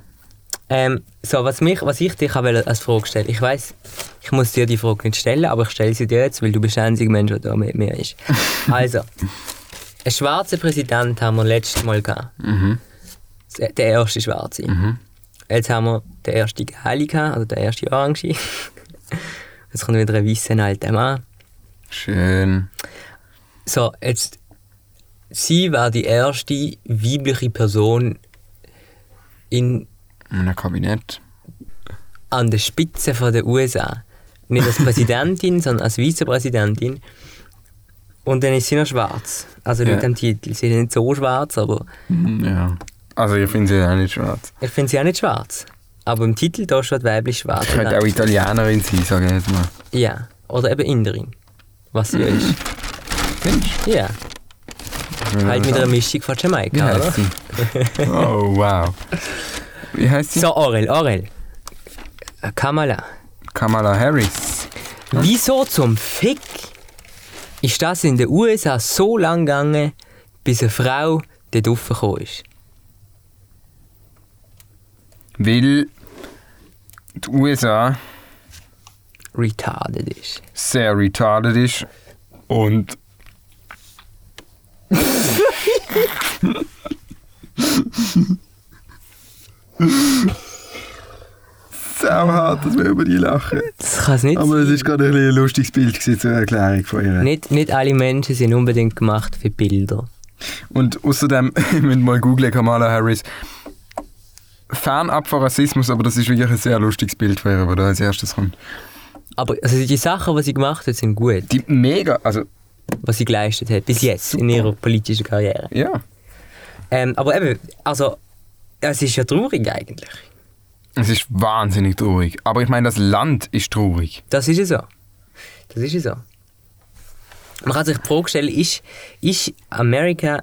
[SPEAKER 1] Ähm, so, was, mich, was ich dich auch wollte als Frage stellen ich weiß ich muss dir die Frage nicht stellen, aber ich stelle sie dir jetzt, weil du bist der einzige Mensch, der da mit mir ist. Also, einen schwarzen Präsident haben wir letztes Mal gehabt. Se- Der erste schwarze. Jetzt haben wir den ersten gelben gehabt, also den ersten orange. Jetzt kommt wieder ein weißer alter Mann.
[SPEAKER 2] Schön.
[SPEAKER 1] So, jetzt. Sie war die erste weibliche Person in,
[SPEAKER 2] In einem Kabinett.
[SPEAKER 1] an der Spitze von der USA. Nicht als Präsidentin, sondern als Vizepräsidentin. Und dann ist sie noch schwarz. Also
[SPEAKER 2] Ja.
[SPEAKER 1] mit dem Titel. Sie ist nicht so schwarz, aber
[SPEAKER 2] Ja. Also, ich finde sie auch nicht schwarz.
[SPEAKER 1] ich finde sie auch nicht schwarz. Aber im Titel da steht weiblich schwarz.
[SPEAKER 2] Ich könnte auch Italienerin sein, sage ich jetzt mal.
[SPEAKER 1] Ja. Oder eben Inderin. Was sie ja ist.
[SPEAKER 2] Findest
[SPEAKER 1] Ja.
[SPEAKER 2] du?
[SPEAKER 1] Halt mit einer Mischung von Jamaika,
[SPEAKER 2] Wie
[SPEAKER 1] oder?
[SPEAKER 2] heißt sie? Oh, wow. Wie heißt sie?
[SPEAKER 1] So, Orel, Orel. Kamala.
[SPEAKER 2] Kamala Harris.
[SPEAKER 1] Wieso zum Fick ist das in den USA so lang gegangen, bis eine Frau dort raufgekommen ist?
[SPEAKER 2] Weil die USA
[SPEAKER 1] Retarded ist.
[SPEAKER 2] sehr retarded ist und. Sau hart, dass wir über die lachen.
[SPEAKER 1] Das kann es nicht
[SPEAKER 2] Aber es
[SPEAKER 1] sein.
[SPEAKER 2] ist gerade ein, bisschen ein lustiges Bild gewesen zur Erklärung von ihr.
[SPEAKER 1] Nicht, nicht alle Menschen sind unbedingt gemacht für Bilder.
[SPEAKER 2] Und außerdem, ich muss mal googlen, Kamala Harris. Fernab von Rassismus, aber das ist wirklich ein sehr lustiges Bild von ihr, das da als erstes kommt.
[SPEAKER 1] Aber also die Sachen, die sie gemacht hat, sind gut.
[SPEAKER 2] Die mega, also
[SPEAKER 1] Was sie geleistet hat, bis jetzt in ihrer politischen Karriere.
[SPEAKER 2] ja.
[SPEAKER 1] Ähm, aber eben, also, es ist ja traurig eigentlich.
[SPEAKER 2] Es ist wahnsinnig traurig. Aber ich meine, das Land ist traurig.
[SPEAKER 1] Das ist ja so. Das ist ja so. Man kann sich die Frage stellen, ist, ist Amerika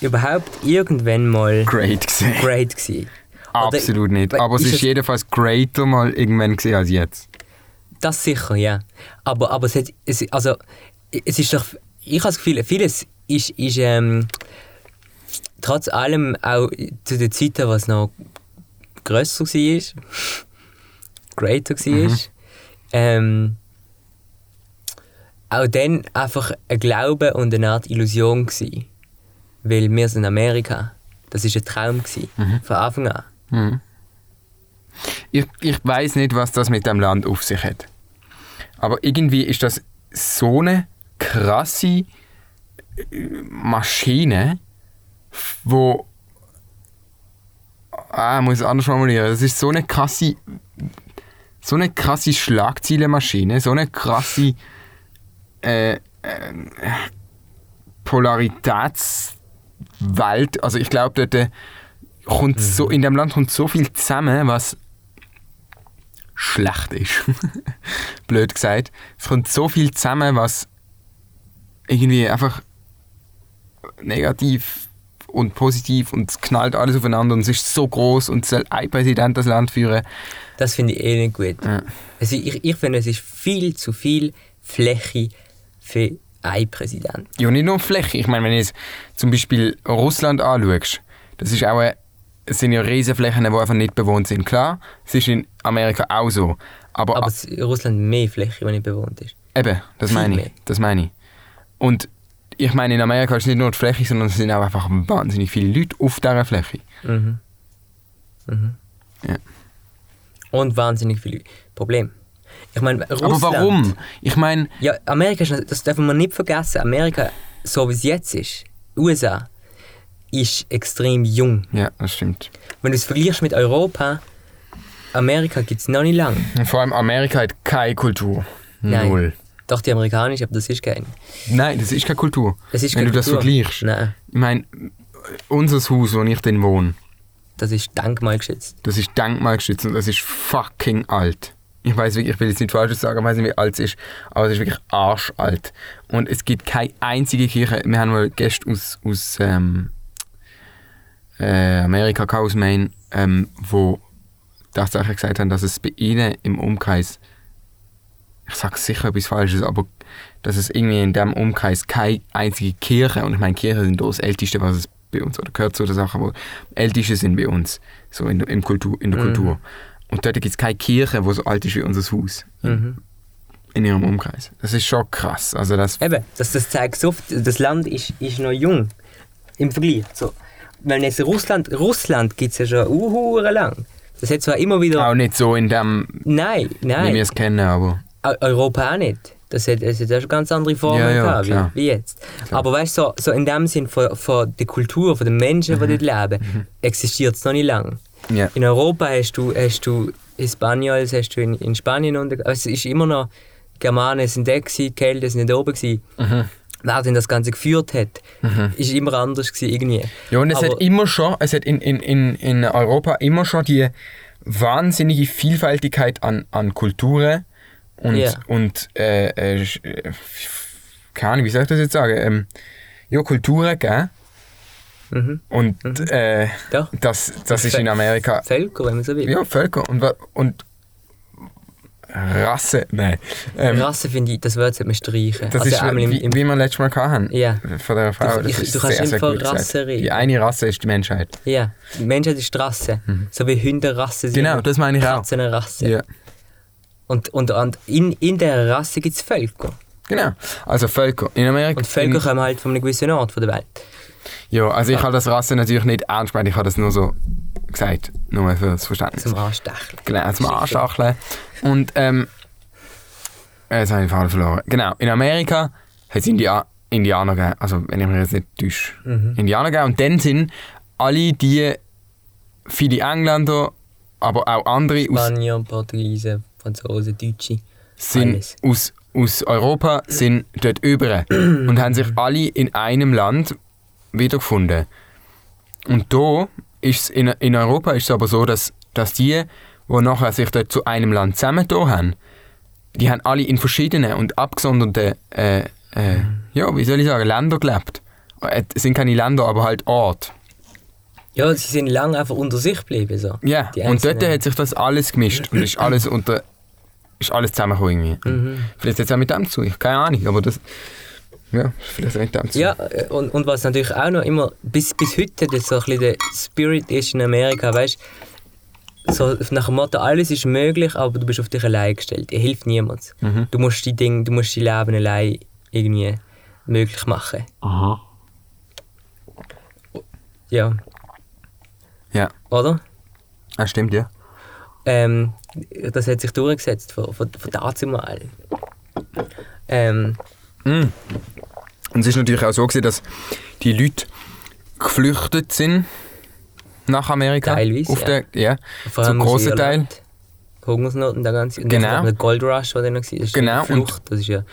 [SPEAKER 1] überhaupt irgendwann mal
[SPEAKER 2] Great gesehen.
[SPEAKER 1] great gewesen? Oder-
[SPEAKER 2] Absolut nicht. Aber es
[SPEAKER 1] ist
[SPEAKER 2] ist,
[SPEAKER 1] es-
[SPEAKER 2] jedenfalls greater mal irgendwann gesehen als jetzt.
[SPEAKER 1] Das sicher, ja. Aber, aber es, hat, es, also, es ist doch, ich habe das Gefühl, vieles ist, ist ähm, trotz allem auch zu den Zeiten, was noch grösser war, greater war, ähm, auch dann einfach ein Glaube und eine Art Illusion gewesen. Weil wir sind Amerika. Das war ein Traum, gewesen, von Anfang an.
[SPEAKER 2] Ich, ich weiß nicht, was das mit dem Land auf sich hat. Aber irgendwie ist das so eine krasse äh, Maschine, wo. Ah, ich muss es anders formulieren. Das ist so eine krasse. So eine krasse Schlagzeilenmaschine, so eine krasse. Äh, äh, Polaritätswelt. Also, ich glaube, dort äh, kommt so, in dem Land kommt so viel zusammen, was schlecht ist. Blöd gesagt. Es kommt so viel zusammen, was irgendwie einfach negativ und positiv und es knallt alles aufeinander und es ist so groß und es soll ein Präsident das Land führen.
[SPEAKER 1] Das finde ich eh nicht gut.
[SPEAKER 2] Ja.
[SPEAKER 1] Also ich, ich finde, es ist viel zu viel Fläche für einen Präsident.
[SPEAKER 2] Ja, nicht nur Fläche. Ich meine, wenn du jetzt zum Beispiel Russland anschaust, das ist auch eine, es sind ja riesige Flächen, die einfach nicht bewohnt sind. Klar, es ist in Amerika auch so. Aber,
[SPEAKER 1] Aber es- Russland hat mehr Fläche, die nicht bewohnt ist.
[SPEAKER 2] Eben, das
[SPEAKER 1] Viel
[SPEAKER 2] meine ich.
[SPEAKER 1] mehr.
[SPEAKER 2] Das meine ich. Und ich meine, in Amerika ist nicht nur die Fläche, sondern es sind auch einfach wahnsinnig viele Leute auf dieser Fläche.
[SPEAKER 1] Mhm. Mhm.
[SPEAKER 2] Ja.
[SPEAKER 1] Und wahnsinnig viele Probleme. Ich meine, Russland...
[SPEAKER 2] Aber warum? Ich meine,
[SPEAKER 1] Ja, Amerika ist, das darf man nicht vergessen, Amerika, so wie es jetzt ist, USA, ist extrem jung.
[SPEAKER 2] ja, das stimmt.
[SPEAKER 1] Wenn du es vergleichst mit Europa, Amerika gibt es noch nicht lange.
[SPEAKER 2] Und vor allem Amerika hat keine Kultur.
[SPEAKER 1] Nein.
[SPEAKER 2] Null.
[SPEAKER 1] Doch die amerikanische, aber das ist keine.
[SPEAKER 2] Nein, das ist keine Kultur.
[SPEAKER 1] Es ist
[SPEAKER 2] Wenn
[SPEAKER 1] keine
[SPEAKER 2] du das
[SPEAKER 1] Kultur.
[SPEAKER 2] vergleichst.
[SPEAKER 1] Nein.
[SPEAKER 2] Ich meine, unser Haus, wo ich denn wohne,
[SPEAKER 1] Das ist denkmalgeschützt.
[SPEAKER 2] das ist denkmalgeschützt und das ist fucking alt. Ich weiß wirklich, ich will jetzt nicht falsches sagen, ich weiß nicht, wie alt es ist, aber es ist wirklich arschalt. Und es gibt keine einzige Kirche. Wir haben mal Gäste aus, aus ähm, äh, Amerika, gehabt, aus Maine, ähm, wo tatsächlich gesagt haben, dass es bei ihnen im Umkreis, ich sage sicher etwas Falsches, aber dass es irgendwie in diesem Umkreis keine einzige Kirche, und ich meine, Kirchen sind auch das Älteste, was es bei uns, oder gehört zu der Sache, wo Älteste sind bei uns, so in, der- im Kultur, in der Kultur. Und dort gibt es keine Kirche, die so alt ist wie unser Haus
[SPEAKER 1] Mhm.
[SPEAKER 2] in ihrem Umkreis. Das ist schon krass. Also das,
[SPEAKER 1] Eben, das, das zeigt so, oft, das Land ist, ist noch jung im Vergleich. So. Wenn jetzt Russland, Russland gibt es ja schon uhuere lang. Das hat zwar immer wieder...
[SPEAKER 2] auch nicht so in dem,
[SPEAKER 1] Nein,
[SPEAKER 2] wie wir
[SPEAKER 1] nein,
[SPEAKER 2] es kennen, aber
[SPEAKER 1] Eu- Europa auch nicht. Das hat, das hat auch schon ganz andere Formen
[SPEAKER 2] Ja, ja,
[SPEAKER 1] gehabt,
[SPEAKER 2] klar.
[SPEAKER 1] wie, wie jetzt. Aber weißt du, so, so in dem Sinn von, von der Kultur, von den Menschen,
[SPEAKER 2] Mhm.
[SPEAKER 1] die dort leben, existiert es noch nicht lange.
[SPEAKER 2] ja.
[SPEAKER 1] In Europa hast du, hast du Hispaniels, hast du in, in Spanien unter. Also es ist immer noch. Germanen sind da, gewesen, Kelten sind nicht oben. Gewesen.
[SPEAKER 2] Mhm.
[SPEAKER 1] Wer denn das Ganze geführt hat, ist immer anders gewesen, irgendwie.
[SPEAKER 2] Ja, und es
[SPEAKER 1] Aber-
[SPEAKER 2] hat immer schon, es hat in, in, in, in Europa immer schon die wahnsinnige Vielfältigkeit an, an Kulturen und,
[SPEAKER 1] Ja.
[SPEAKER 2] und äh, äh, sch- äh, f- keine Ahnung, wie soll ich das jetzt sagen? Ähm, ja, Kulturen, gell?
[SPEAKER 1] Mhm.
[SPEAKER 2] Und äh,
[SPEAKER 1] Ja.
[SPEAKER 2] das, das ist in Amerika
[SPEAKER 1] Völker, wenn man so will.
[SPEAKER 2] ja, Völker und, wa- und Rasse, nein. Ähm,
[SPEAKER 1] Rasse finde ich, das Wort sollte man streichen.
[SPEAKER 2] das
[SPEAKER 1] also
[SPEAKER 2] ist,
[SPEAKER 1] einmal im,
[SPEAKER 2] wie,
[SPEAKER 1] im,
[SPEAKER 2] wie wir letztes Mal hatten.
[SPEAKER 1] Ja.
[SPEAKER 2] Von der Frau.
[SPEAKER 1] Du-
[SPEAKER 2] das
[SPEAKER 1] ich-
[SPEAKER 2] ist
[SPEAKER 1] du kannst
[SPEAKER 2] sehr,
[SPEAKER 1] nicht
[SPEAKER 2] sehr
[SPEAKER 1] von
[SPEAKER 2] gut gesagt.
[SPEAKER 1] Rasse reden.
[SPEAKER 2] Die eine Rasse ist die Menschheit.
[SPEAKER 1] ja. Die Menschheit ist Rasse. So wie Hunde Rasse sind.
[SPEAKER 2] Mhm. Genau, das meine ich auch.
[SPEAKER 1] Katzen eine Rasse.
[SPEAKER 2] Ja.
[SPEAKER 1] Und, und, und in, in der Rasse gibt es Völker.
[SPEAKER 2] Genau. Also Völker. In Amerika.
[SPEAKER 1] Und Völker
[SPEAKER 2] in,
[SPEAKER 1] kommen halt von einem gewissen Ort von der Welt.
[SPEAKER 2] Ja, also ich habe das Rasse natürlich nicht ernst gemeint, ich habe das nur so gesagt. Nur mal für das Verständnis.
[SPEAKER 1] Zum Anstacheln.
[SPEAKER 2] Genau, zum Anstacheln. Und ähm. äh, Jetzt habe ich den Faden verloren. Genau, in Amerika hat es India Indianer gegeben. Also, wenn ich mich jetzt nicht täusche.
[SPEAKER 1] Mhm.
[SPEAKER 2] Indianer gegeben. Und dann sind alle die. Viele Engländer, aber auch andere aus,
[SPEAKER 1] Spanier, Portugiesen, Franzosen, Deutsche.
[SPEAKER 2] sind
[SPEAKER 1] alles.
[SPEAKER 2] aus, aus Europa sind dort über und haben sich alle in einem Land wiedergefunden. Und da ist in, in Europa ist es aber so, dass, dass die, die nachher sich dort zu einem Land zusammengetan haben, die haben alle in verschiedenen und abgesonderten, äh, äh, ja, wie soll ich sagen, Länder gelebt. Äh, Es sind keine Länder, aber halt Orte.
[SPEAKER 1] Ja, sie sind lange einfach unter sich geblieben. So.
[SPEAKER 2] Ja,
[SPEAKER 1] Die
[SPEAKER 2] und dort
[SPEAKER 1] einzelnen.
[SPEAKER 2] hat sich das alles gemischt und ist alles unter. ist alles zusammengekommen irgendwie.
[SPEAKER 1] Mhm.
[SPEAKER 2] Vielleicht jetzt auch mit dem zu, ich keine Ahnung, aber das. Ja, vielleicht auch mit dem zu.
[SPEAKER 1] Ja, äh, und, und was natürlich auch noch immer bis, bis heute das so ein bisschen der Spirit ist in Amerika, weißt so nach dem Motto, alles ist möglich, aber du bist auf dich allein gestellt. Dir hilft niemand.
[SPEAKER 2] Mhm.
[SPEAKER 1] Du musst die Dinge, du musst dein Leben allein irgendwie möglich machen.
[SPEAKER 2] Aha.
[SPEAKER 1] Ja,
[SPEAKER 2] Ja,
[SPEAKER 1] oder?
[SPEAKER 2] das stimmt, ja.
[SPEAKER 1] Ähm, das hat sich durchgesetzt von, von, von dazu mal. Ähm,
[SPEAKER 2] Und es ist natürlich auch so gewesen, dass die Leute geflüchtet sind nach Amerika.
[SPEAKER 1] Teilweise,
[SPEAKER 2] Auf
[SPEAKER 1] ja.
[SPEAKER 2] Der, ja.
[SPEAKER 1] vor
[SPEAKER 2] Zum
[SPEAKER 1] allem aus
[SPEAKER 2] großen Teil.
[SPEAKER 1] Irland. Hungersnot und der ganze... und
[SPEAKER 2] Genau.
[SPEAKER 1] Der Gold Rush, der dann noch war. Das ist
[SPEAKER 2] Genau,
[SPEAKER 1] eine Flucht, das ist ja ein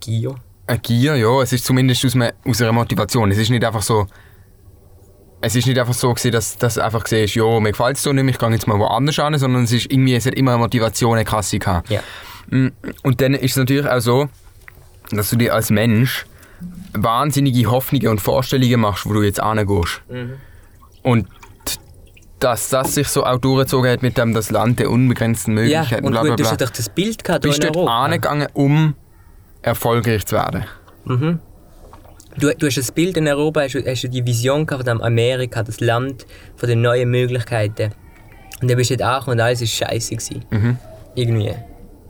[SPEAKER 1] Gier.
[SPEAKER 2] Eine Gier, ja. Es ist zumindest aus, me- aus einer Motivation. Es ist nicht einfach so. Es ist nicht einfach so, gewesen, dass dass du einfach gesehen ja, mir gefällt es so nicht, ich gehe jetzt mal woanders hin, sondern es ist irgendwie, es hat immer eine Motivation, eine Kasse gehabt.
[SPEAKER 1] Ja.
[SPEAKER 2] Mm, Und dann ist es natürlich auch so, dass du dir als Mensch wahnsinnige Hoffnungen und Vorstellungen machst, wo du jetzt hingehst.
[SPEAKER 1] Mhm.
[SPEAKER 2] Und dass das sich so auch durchgezogen hat mit dem das Land der unbegrenzten
[SPEAKER 1] Ja,
[SPEAKER 2] Möglichkeiten,
[SPEAKER 1] und
[SPEAKER 2] bla
[SPEAKER 1] du,
[SPEAKER 2] bla
[SPEAKER 1] du
[SPEAKER 2] bla.
[SPEAKER 1] hast ja doch das Bild gehabt,
[SPEAKER 2] bist
[SPEAKER 1] hier in
[SPEAKER 2] dort
[SPEAKER 1] Europa.
[SPEAKER 2] angegangen, um erfolgreich zu werden.
[SPEAKER 1] Du, du hast das Bild in Europa, hast, du- hast du die Vision gehabt von dem Amerika, das Land von den neuen Möglichkeiten. Und dann bist du dort angekommen und alles war scheiße. Gewesen.
[SPEAKER 2] Mhm.
[SPEAKER 1] Irgendwie.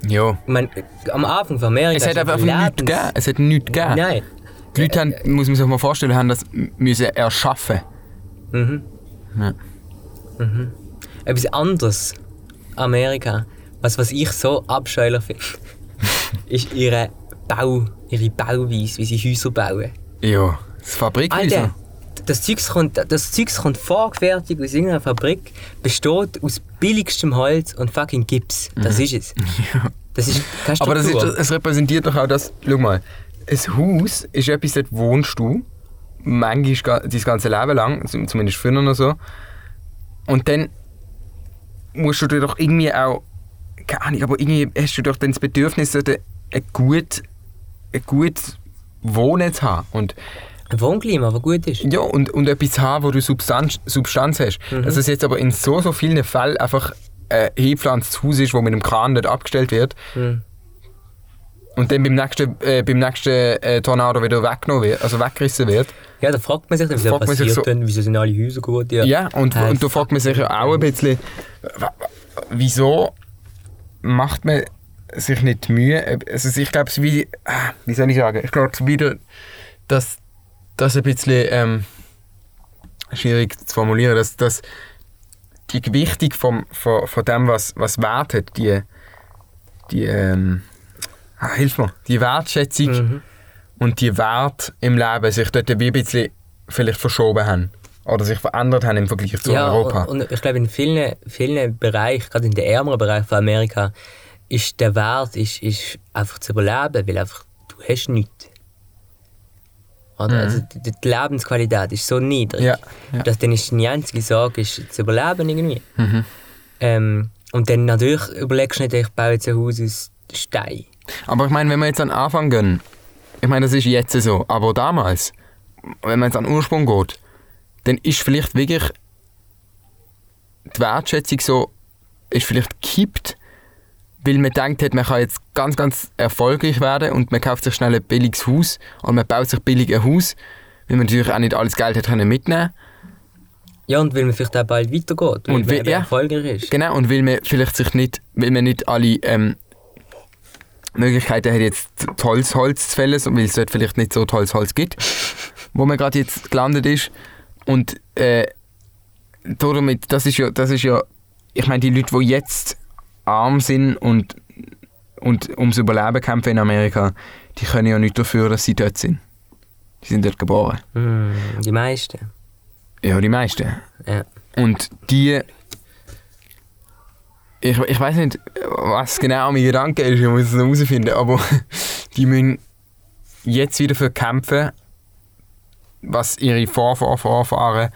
[SPEAKER 1] Ich
[SPEAKER 2] Ja.
[SPEAKER 1] meine, am Anfang von Amerika...
[SPEAKER 2] Es hat
[SPEAKER 1] hast du
[SPEAKER 2] einfach nichts
[SPEAKER 1] Lebens-
[SPEAKER 2] gegeben. Es hat nichts gegeben.
[SPEAKER 1] Nein.
[SPEAKER 2] Die Leute haben, muss man sich mal vorstellen, haben das müssen erschaffen.
[SPEAKER 1] etwas anderes Amerika, was, was ich so abscheulich finde, ist ihre Bau, ihre Bauweise, wie sie Häuser bauen.
[SPEAKER 2] Ja. Das Fabrikhäuser.
[SPEAKER 1] Alter, das Zeugs kommt, das Zeugs kommt vorgefertigt aus irgendeiner Fabrik, besteht aus billigstem Holz und fucking Gips. Das ist es. Das ist keine Struktur.
[SPEAKER 2] Mhm. Aber das ist, es repräsentiert doch auch das. Schau mal, ein Haus ist etwas, dort wohnst du. Manchmal ga- dein ganze Leben lang, zum- zumindest früher noch so. Und dann musst du dir doch irgendwie auch. Keine Ahnung, aber irgendwie hast du doch dann das Bedürfnis, so de- ein gut, ein gutes Wohnen zu haben. Und
[SPEAKER 1] Ein Wohnklima, das gut ist.
[SPEAKER 2] ja, und, und etwas haben, wo du Substanz, Substanz hast. Dass es jetzt aber in so, so vielen Fällen einfach ein hepflanztes Haus ist, wo mit dem Kran nicht abgestellt wird. Und dann beim nächsten, äh, beim nächsten äh, Tornado wieder weggenommen wird, also weggerissen wird.
[SPEAKER 1] Ja, da fragt man sich dann, wieso
[SPEAKER 2] Fragt man sich
[SPEAKER 1] passiert
[SPEAKER 2] so-
[SPEAKER 1] denn, wieso sind alle Häuser gut? Ja,
[SPEAKER 2] Ja, und,
[SPEAKER 1] Äh,
[SPEAKER 2] und da fragt man sich ja auch ein bisschen, w- w- wieso macht man sich nicht die Mühe? Also ich glaube, es wie, ah, wie soll ich sagen, ich glaube es wieder, dass das ein bisschen ähm, schwierig zu formulieren, dass, dass die Gewichtung vom, von, von dem, was, was Wert hat, die, die ähm, ah, hilf mir, die Wertschätzung und die Wert im Leben sich dort wie ein bisschen vielleicht verschoben haben oder sich verändert haben im Vergleich zu
[SPEAKER 1] ja,
[SPEAKER 2] Europa.
[SPEAKER 1] Und, und ich glaube, in vielen, vielen Bereichen, gerade in den ärmeren Bereichen von Amerika, ist der Wert ist, ist einfach zu überleben, weil einfach du hast nichts. Oder? Also die, die die Lebensqualität ist so niedrig,
[SPEAKER 2] Mhm. Ja, ja.
[SPEAKER 1] dass dann ist die einzige Sorge ist, zu überleben irgendwie.
[SPEAKER 2] Mhm.
[SPEAKER 1] Ähm, und dann natürlich überlegst du nicht, ich baue jetzt ein Haus aus Stein.
[SPEAKER 2] Aber ich meine, wenn wir jetzt an den Anfang gehen, ich meine, das ist jetzt so, aber damals, wenn man jetzt an den Ursprung geht, dann ist vielleicht wirklich die Wertschätzung so, ist vielleicht gekippt, weil man denkt hat, man kann jetzt ganz, ganz erfolgreich werden und man kauft sich schnell ein billiges Haus und man baut sich billig ein Haus, weil man natürlich auch nicht alles Geld hat können mitnehmen
[SPEAKER 1] Ja, und weil man vielleicht auch bald weitergeht, weil
[SPEAKER 2] Und
[SPEAKER 1] man
[SPEAKER 2] wie-
[SPEAKER 1] eben
[SPEAKER 2] ja.
[SPEAKER 1] erfolgreich ist.
[SPEAKER 2] Genau, und weil man vielleicht sich nicht, weil man nicht alle ähm, Möglichkeiten hat, jetzt tolles Holz zu fällen, so- weil es dort vielleicht nicht so tolles Holz gibt, wo man gerade jetzt gelandet ist. Und äh, damit, das ist ja, das ist ja, ich meine, die Leute, die jetzt arm sind und, und ums Überleben kämpfen in Amerika, die können ja nicht dafür, dass sie dort sind. Die sind dort geboren.
[SPEAKER 1] Hm, die meisten.
[SPEAKER 2] Ja, die meisten.
[SPEAKER 1] Ja.
[SPEAKER 2] Und die. Ich, ich weiß nicht, was genau mein Gedanke ist, ich muss es noch herausfinden, aber die müssen jetzt wieder für kämpfen, was ihre Vorvorvorfahren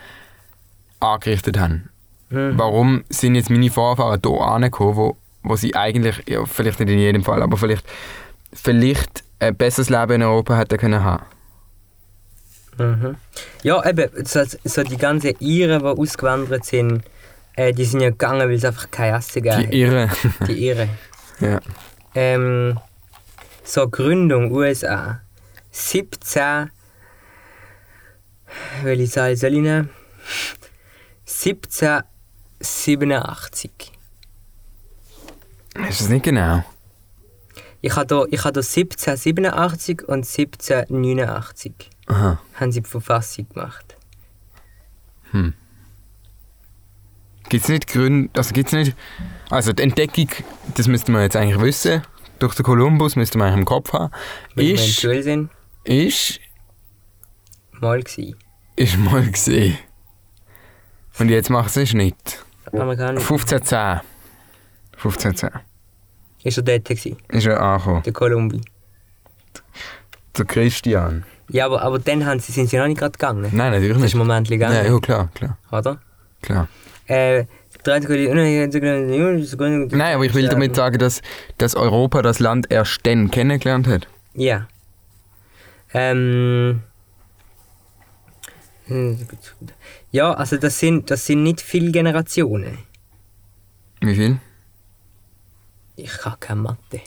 [SPEAKER 2] angerichtet haben.
[SPEAKER 1] Hm.
[SPEAKER 2] Mhm. Warum sind jetzt meine Vorfahren hier angekommen, wo, wo sie eigentlich, ja, vielleicht nicht in jedem Fall, aber vielleicht, vielleicht ein besseres Leben in Europa hätten können haben.
[SPEAKER 1] Mhm. Ja, eben, so, so die ganzen Iren, die ausgewandert sind, äh, die sind ja gegangen, weil es einfach keine Asse gab.
[SPEAKER 2] Die Irren.
[SPEAKER 1] Die Iren.
[SPEAKER 2] ja.
[SPEAKER 1] Ähm, so Gründung USA. 17. Welche Zahl soll ich nehmen? 1787.
[SPEAKER 2] Ist das nicht genau?
[SPEAKER 1] Ich habe hier, ich habe hier 1787 und 1789
[SPEAKER 2] Aha.
[SPEAKER 1] haben sie die Verfassung gemacht.
[SPEAKER 2] Gibt es nicht Gründe, also gibt es nicht, also die Entdeckung, das müsste man jetzt eigentlich wissen, durch den Kolumbus müsste man eigentlich im Kopf haben,
[SPEAKER 1] Wenn wir in der
[SPEAKER 2] ist,
[SPEAKER 1] Schule sind,
[SPEAKER 2] ist,
[SPEAKER 1] mal gewesen.
[SPEAKER 2] ist mal gesehen. Und jetzt macht es nicht.
[SPEAKER 1] Aber gar nicht.
[SPEAKER 2] 1510. 1510.
[SPEAKER 1] Ist er dort gewesen,
[SPEAKER 2] Ist er angekommen.
[SPEAKER 1] der Kolumbi.
[SPEAKER 2] Der Christian.
[SPEAKER 1] Ja, aber, aber dann haben sie, sind sie noch nicht gerade gegangen.
[SPEAKER 2] Nein, natürlich
[SPEAKER 1] Das ist
[SPEAKER 2] nicht.
[SPEAKER 1] ein Moment
[SPEAKER 2] Nein,
[SPEAKER 1] gegangen,
[SPEAKER 2] ja, klar, klar,
[SPEAKER 1] oder?
[SPEAKER 2] klar.
[SPEAKER 1] Äh, 30
[SPEAKER 2] Nein, aber ich will damit sagen, dass, dass Europa das Land erst dann kennengelernt hat.
[SPEAKER 1] Ja. Ähm. hm, Ja, also das sind, das sind nicht viele Generationen.
[SPEAKER 2] Wie viel?
[SPEAKER 1] Ich kann keine Mathe.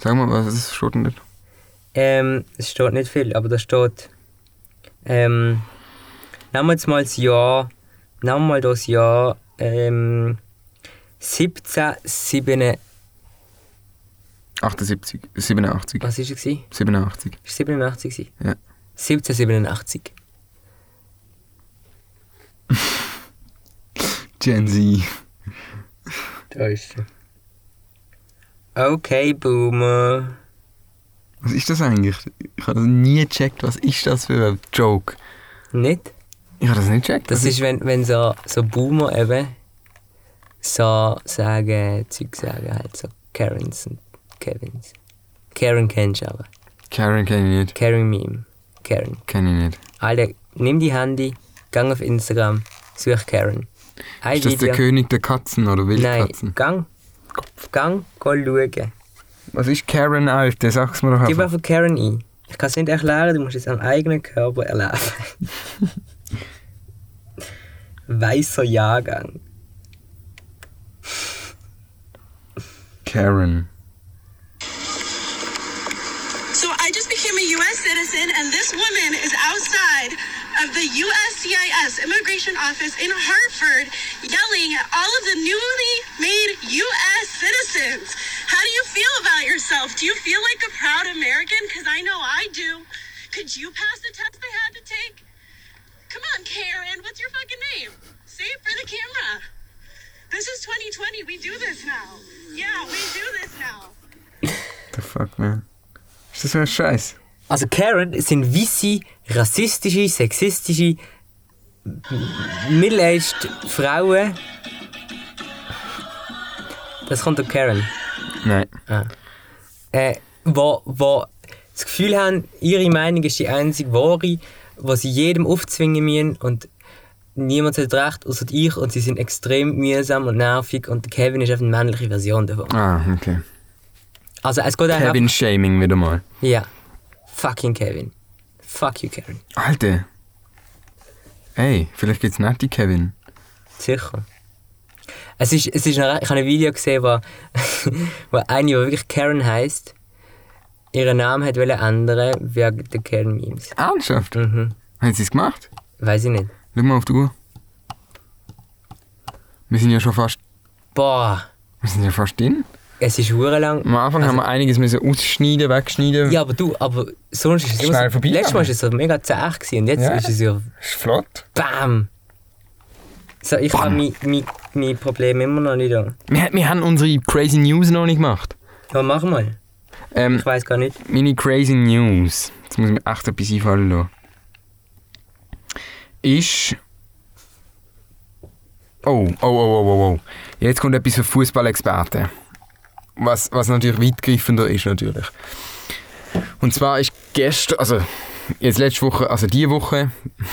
[SPEAKER 2] Sag mal, was ist steht denn dort?
[SPEAKER 1] Ähm, es steht nicht viel, aber da steht. Ähm, nehmen wir jetzt mal das Jahr. Nehmen wir mal das Jahr. Ähm, 17,
[SPEAKER 2] 78, 87,
[SPEAKER 1] was ist es? gewesen?
[SPEAKER 2] 87.
[SPEAKER 1] Ist es 87 gewesen?
[SPEAKER 2] Ja.
[SPEAKER 1] 1787.
[SPEAKER 2] Gen Z.
[SPEAKER 1] Da ist sie. Okay, Boomer.
[SPEAKER 2] Was ist das eigentlich? Ich habe das nie gecheckt, was ist das für ein Joke?
[SPEAKER 1] Nicht?
[SPEAKER 2] Ich habe das nicht gecheckt.
[SPEAKER 1] Das
[SPEAKER 2] was
[SPEAKER 1] ist, wenn, wenn so, so Boomer eben so sagen, Zeug sagen, halt so Karens und Kevins. Karen kennst du aber.
[SPEAKER 2] Karen kenne ich nicht.
[SPEAKER 1] Karen Meme. Karen.
[SPEAKER 2] Kenne ich nicht.
[SPEAKER 1] Alle, nimm die Handy, gang auf Instagram, such Karen. Ein
[SPEAKER 2] Ist das der König der Katzen oder
[SPEAKER 1] Nein,
[SPEAKER 2] Wildkatzen?
[SPEAKER 1] gang. Gang, go schauen.
[SPEAKER 2] Was ist Karen, Alter? Sag's mir doch
[SPEAKER 1] Gib
[SPEAKER 2] einfach.
[SPEAKER 1] einfach Karen ein. Ich kann es nicht erklären, du musst es am eigenen Körper erleben. Weißer Jahrgang.
[SPEAKER 2] Karen.
[SPEAKER 3] So I just became a U.S. citizen, and this woman is outside of the USCIS immigration office in Hartford yelling at all of the newly made U.S. citizens. How do you feel about yourself? Do you feel like a proud American? Because I know I do. Could you pass the test they had to take? Come on, Karen, what's your fucking name? Say it for the camera. This is 2020. We do this now. Yeah, we do this now.
[SPEAKER 2] The fuck, man. Ist das für ein Scheiß?
[SPEAKER 1] Also Karen sind weisse, rassistische, sexistische, middle-aged Frauen. Das kommt durch Karen.
[SPEAKER 2] Nein.
[SPEAKER 1] Äh, wo, wo das Gefühl haben, ihre Meinung ist die einzige wahre, die sie jedem aufzwingen müssen und niemand hat recht, außer ich und sie sind extrem mühsam und nervig und Kevin ist einfach eine männliche Version davon.
[SPEAKER 2] Ah, okay.
[SPEAKER 1] Also es geht einfach...
[SPEAKER 2] Kevin Shaming wieder mal.
[SPEAKER 1] Ja. Fucking Kevin. Fuck you, Karen.
[SPEAKER 2] Alter. Ey, vielleicht gibt's nicht die Kevin.
[SPEAKER 1] Sicher. Es ist, es ist noch, ich habe ein Video gesehen, wo, wo eine, die wirklich Karen heißt, ihren Namen hat wollen ändern wegen der Karen-Memes.
[SPEAKER 2] Ernsthaft?
[SPEAKER 1] Mhm.
[SPEAKER 2] Haben sie's gemacht?
[SPEAKER 1] Weiß ich nicht.
[SPEAKER 2] Schau mal auf die Uhr. Wir sind ja schon fast.
[SPEAKER 1] Boah,
[SPEAKER 2] Wir sind ja fast drin.
[SPEAKER 1] es ist hure lang.
[SPEAKER 2] Am Anfang haben wir einiges müssen ausschneiden, wegschneiden.
[SPEAKER 1] Ja, aber du, aber sonst ist es
[SPEAKER 2] Schnell
[SPEAKER 1] immer so,
[SPEAKER 2] vorbei,
[SPEAKER 1] Letztes Mal
[SPEAKER 2] ja.
[SPEAKER 1] war es so mega zäh gewesen und jetzt
[SPEAKER 2] Ja.
[SPEAKER 1] ist es ja
[SPEAKER 2] Ist flott.
[SPEAKER 1] BAM! So, ich habe mein, mein, mein Problem immer noch nicht an.
[SPEAKER 2] Wir, wir haben unsere Crazy News noch nicht gemacht.
[SPEAKER 1] Aber mach mal.
[SPEAKER 2] Ähm,
[SPEAKER 1] Ich weiß gar nicht.
[SPEAKER 2] meine Crazy News, jetzt muss ich mir echt etwas einfallen lassen, ist... Oh, oh, oh, oh, oh, oh. Jetzt kommt etwas für Fußballexperten. Was, was natürlich weitgreifender ist, natürlich. Und zwar ist gestern, also jetzt letzte Woche, also diese Woche,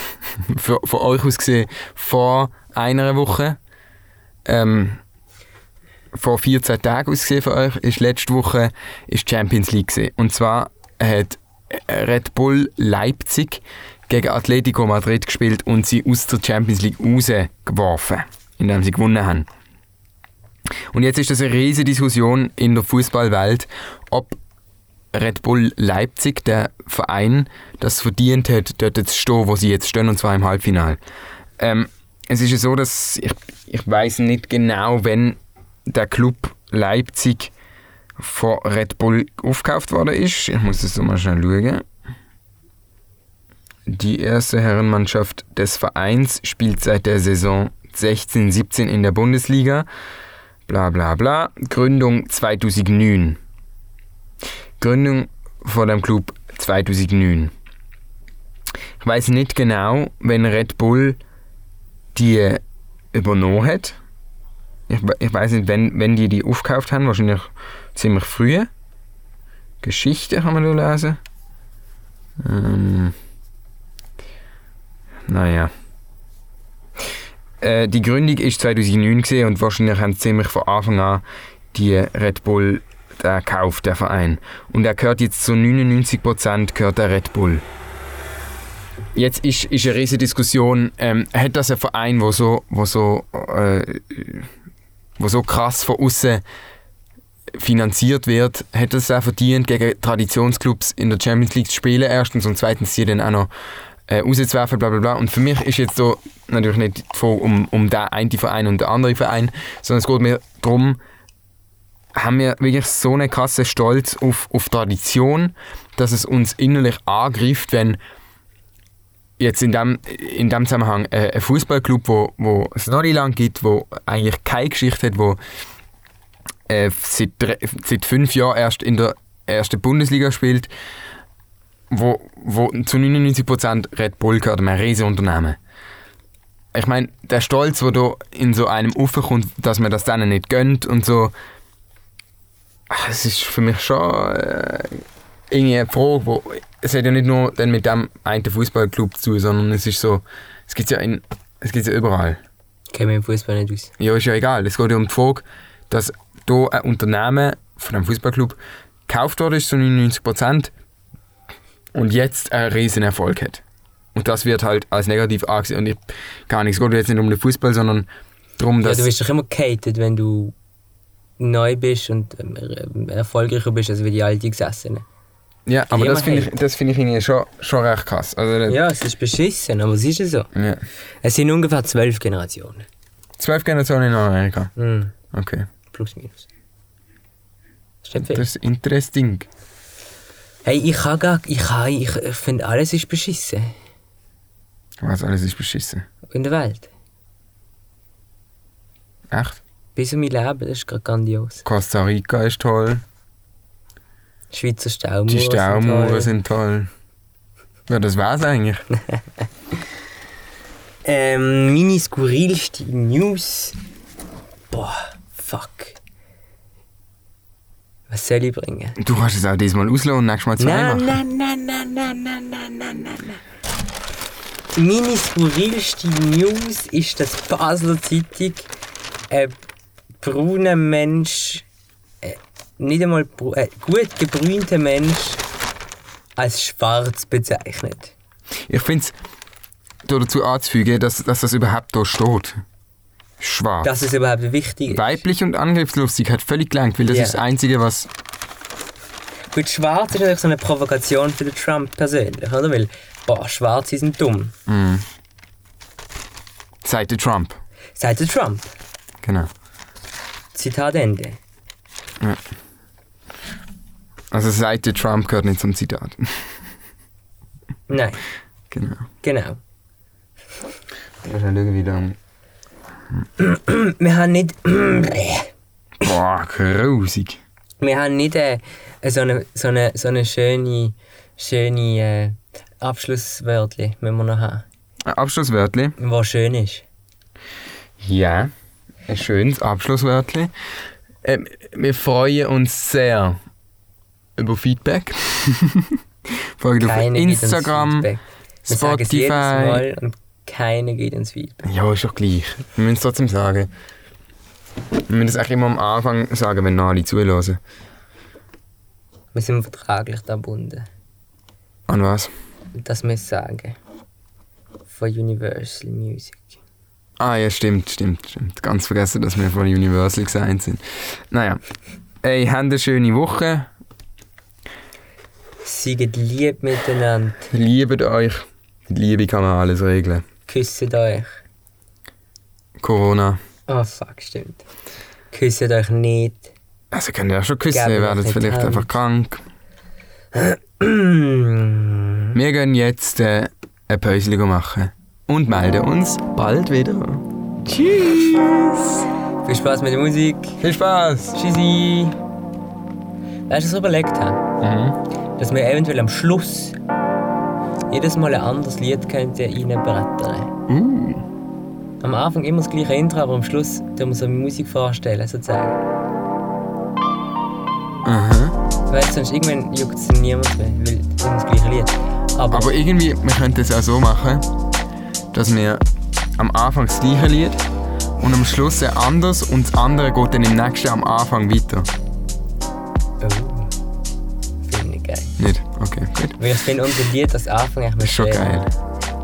[SPEAKER 2] für, von euch aus gesehen, vor einer Woche, ähm, vor 14 Tagen ausgesehen von euch, ist letzte Woche ist Champions League gewesen. Und zwar hat Red Bull Leipzig gegen Atletico Madrid gespielt und sie aus der Champions League rausgeworfen, indem sie gewonnen haben. Und jetzt ist das eine riesige Diskussion in der Fußballwelt, ob Red Bull Leipzig, der Verein, das verdient hat, dort zu stehen, wo sie jetzt stehen, und zwar im Halbfinale. Ähm, es ist ja so, dass ich, ich weiß nicht genau, wenn der Club Leipzig von Red Bull aufgekauft worden ist. Ich muss das mal schnell schauen. Die erste Herrenmannschaft des Vereins spielt seit der Saison 16-17 in der Bundesliga. Bla bla bla. Gründung 2009. Gründung von dem Club 2009. Ich weiß nicht genau, wenn Red Bull die übernommen hat. Ich, ich weiß nicht, wenn, wenn die die aufgekauft haben, wahrscheinlich ziemlich früh. Geschichte kann man da lesen. Ähm, naja. Äh, die Gründung ist 2009 gesehen und wahrscheinlich haben sie ziemlich von Anfang an die Red Bull der Kauf der Verein und er gehört jetzt zu 99 Prozent gehört der Red Bull. Jetzt ist, ist eine riesige Diskussion, ähm, hat das ein Verein, wo so, wo so, äh, wo so krass von außen finanziert wird, hat das auch verdient, gegen Traditionsclubs in der Champions League zu spielen, erstens und zweitens die dann auch noch äh, rauszuwerfen, bla bla bla. Und für mich ist jetzt so natürlich nicht von, um, um den einen Verein und den anderen Verein, sondern es geht mir darum, haben wir wirklich so einen krassen Stolz auf, auf Tradition, dass es uns innerlich angreift, wenn jetzt in dem, in dem Zusammenhang äh, ein Fußballclub, wo, wo es noch nicht lange gibt, wo eigentlich keine Geschichte hat, wo äh, seit, drei, seit fünf Jahren erst in der ersten Bundesliga spielt, wo, wo zu 99% Red Bull gehört, einem riesen Unternehmen ich meine, der Stolz, der da in so einem aufkommt, dass man das denen nicht gönnt und so, ach, das ist für mich schon äh, irgendwie eine Frage, wo, es hat ja nicht nur dann mit dem einen Fußballclub zu, sondern es ist so, es gibt ja in, es gibt's ja überall.
[SPEAKER 1] Kennen wir im Fußball nicht aus.
[SPEAKER 2] Ja, ist ja egal. Es geht ja um die Frage, dass hier ein Unternehmen von einem Fußballclub gekauft worden ist zu 99% und jetzt einen riesen Erfolg hat. Und das wird halt als negativ angesehen. Und ich, gar nichts, es geht jetzt nicht um den Fußball, sondern darum,
[SPEAKER 1] Ja,
[SPEAKER 2] dass...
[SPEAKER 1] du bist doch immer gehatet, wenn du neu bist und ähm, erfolgreicher bist als wie die alten Gesessenen.
[SPEAKER 2] Ja, aber
[SPEAKER 1] Ja,
[SPEAKER 2] das
[SPEAKER 1] man
[SPEAKER 2] finde ich,
[SPEAKER 1] hat.
[SPEAKER 2] das finde ich irgendwie schon, schon recht krass. Also, das-
[SPEAKER 1] Ja, es ist beschissen, aber es ist ja so.
[SPEAKER 2] ja.
[SPEAKER 1] Es sind ungefähr zwölf Generationen.
[SPEAKER 2] Zwölf Generationen in Amerika.
[SPEAKER 1] Hm,
[SPEAKER 2] Okay.
[SPEAKER 1] plus minus. Stimmt viel.
[SPEAKER 2] Das ist interesting.
[SPEAKER 1] Hey, ich kann gar, ich kann, ich, ich finde alles ist beschissen
[SPEAKER 2] Was alles ist beschissen.
[SPEAKER 1] in der Welt.
[SPEAKER 2] Echt?
[SPEAKER 1] Bis um mein Leben, das ist gerade grandios.
[SPEAKER 2] Costa Rica ist toll.
[SPEAKER 1] Schweizer Staumauer.
[SPEAKER 2] Die Staumauern
[SPEAKER 1] toll.
[SPEAKER 2] sind toll. Ja, das war's eigentlich.
[SPEAKER 1] Ähm, meine skurrilste News. Boah, fuck. Was soll ich bringen?
[SPEAKER 2] Du kannst es auch diesmal auslösen und nächstes Mal zwei
[SPEAKER 1] Na,
[SPEAKER 2] machen.
[SPEAKER 1] na, na, na, na, na, na, na, na, na. Meine skurrilste News ist, dass die Basler Zeitung ein brauner Mensch, äh, nicht einmal bru- äh, gut gebrünter Mensch, als schwarz bezeichnet.
[SPEAKER 2] Ich finde es dazu anzufügen, dass, dass das überhaupt da steht. Schwarz.
[SPEAKER 1] Dass es überhaupt wichtig ist.
[SPEAKER 2] Weiblich und angriffslustig hat völlig gelangt, weil das
[SPEAKER 1] Ja.
[SPEAKER 2] ist das Einzige, was.
[SPEAKER 1] Weil schwarz ist natürlich so eine Provokation für den Trump persönlich, oder? Weil, boah, Schwarze sind dumm.
[SPEAKER 2] Seit der Trump.
[SPEAKER 1] Sagt der Trump.
[SPEAKER 2] Genau.
[SPEAKER 1] Zitat Ende.
[SPEAKER 2] Also seit der Trump gehört nicht zum Zitat.
[SPEAKER 1] Nein,
[SPEAKER 2] genau.
[SPEAKER 1] genau.
[SPEAKER 2] Das ist irgendwie dann.
[SPEAKER 1] Wir haben nicht.
[SPEAKER 2] Boah, grusig.
[SPEAKER 1] wir haben nicht äh, so eine, so eine, so eine schöne, schöne äh, Abschlusswörtchen, müssen wir noch haben,
[SPEAKER 2] Ein Abschlusswörtli.
[SPEAKER 1] was schön ist.
[SPEAKER 2] Ja. Ein schönes Abschlusswörtli. Ähm, wir freuen uns sehr über Feedback. Folgt auf
[SPEAKER 1] Keiner gibt uns
[SPEAKER 2] Instagram.
[SPEAKER 1] Feedback. Wir sagen es jedes
[SPEAKER 2] Spotify.
[SPEAKER 1] Mal und keiner gibt uns Feedback.
[SPEAKER 2] Ja, ist doch gleich. Wir müssen es trotzdem sagen. Wir müssen das eigentlich immer am Anfang sagen, wenn alle zulassen.
[SPEAKER 1] Wir sind vertraglich da gebunden.
[SPEAKER 2] An was?
[SPEAKER 1] Das muss ich sagen. Von Universal Music.
[SPEAKER 2] Ah ja, stimmt, stimmt, stimmt. Ganz vergessen, dass wir von Universal gesagt sind. Naja. Ey, habt eine schöne Woche.
[SPEAKER 1] Seid lieb miteinander.
[SPEAKER 2] Liebt euch. Mit Liebe kann man alles regeln.
[SPEAKER 1] Küsset euch.
[SPEAKER 2] Corona.
[SPEAKER 1] Oh fuck, stimmt. Küsset euch nicht.
[SPEAKER 2] Also könnt ihr auch schon küssen,
[SPEAKER 1] Geben
[SPEAKER 2] ihr werdet
[SPEAKER 1] euch nicht
[SPEAKER 2] vielleicht
[SPEAKER 1] Hand.
[SPEAKER 2] einfach krank. Wir gehen jetzt äh, ein Päuschen machen. Und melden uns bald wieder. Tschüss!
[SPEAKER 1] Viel Spaß mit der Musik.
[SPEAKER 2] Viel Spaß!
[SPEAKER 1] Tschüssi. Weißt du, was ich überlegt habe?
[SPEAKER 2] Mhm.
[SPEAKER 1] Dass wir eventuell am Schluss jedes Mal ein anderes Lied könnten reinbrettern.
[SPEAKER 2] Uh,
[SPEAKER 1] Am Anfang immer das gleiche Intro, aber am Schluss tun wir so Musik vorstellen, sozusagen.
[SPEAKER 2] aha.
[SPEAKER 1] Weil sonst irgendwann juckt es niemand mehr, weil es immer das gleiche Lied. Aber,
[SPEAKER 2] Aber irgendwie, wir könnten es auch so machen, dass wir am Anfang das gleiche Lied und am Schluss ein anderes und das andere geht dann im nächsten am Anfang weiter.
[SPEAKER 1] Oh. Finde ich geil.
[SPEAKER 2] Nicht? Okay, gut.
[SPEAKER 1] Weil ich finde unser Lied als Anfang eigentlich mal
[SPEAKER 2] Ist schon
[SPEAKER 1] schwer.
[SPEAKER 2] geil.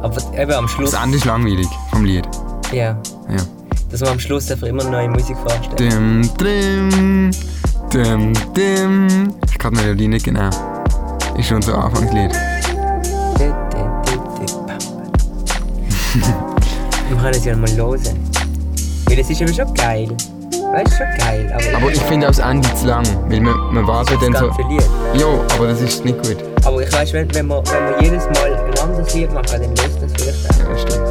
[SPEAKER 1] Aber eben am Schluss.
[SPEAKER 2] Das Ende ist langweilig vom Lied.
[SPEAKER 1] Ja.
[SPEAKER 2] Ja.
[SPEAKER 1] Dass wir am Schluss einfach immer neue Musik vorstellen.
[SPEAKER 2] Dim, dim, dim, dim. Ich kann die Melodie nicht genau. Ist schon unser Anfangslied.
[SPEAKER 1] Wir können es ja mal hören. Weil es ist eben schon geil. Weißt du, schon geil. Aber,
[SPEAKER 2] Aber ich finde auch das Ende zu lang, weil man, man wartet
[SPEAKER 1] das
[SPEAKER 2] dann so...
[SPEAKER 1] ganze Lied.
[SPEAKER 2] Jo, aber das ist nicht gut.
[SPEAKER 1] Aber ich weiß, wenn, wenn, wir, wenn wir jedes Mal ein anderes Lied machen, dann löst das vielleicht auch.
[SPEAKER 2] Ja, stimmt.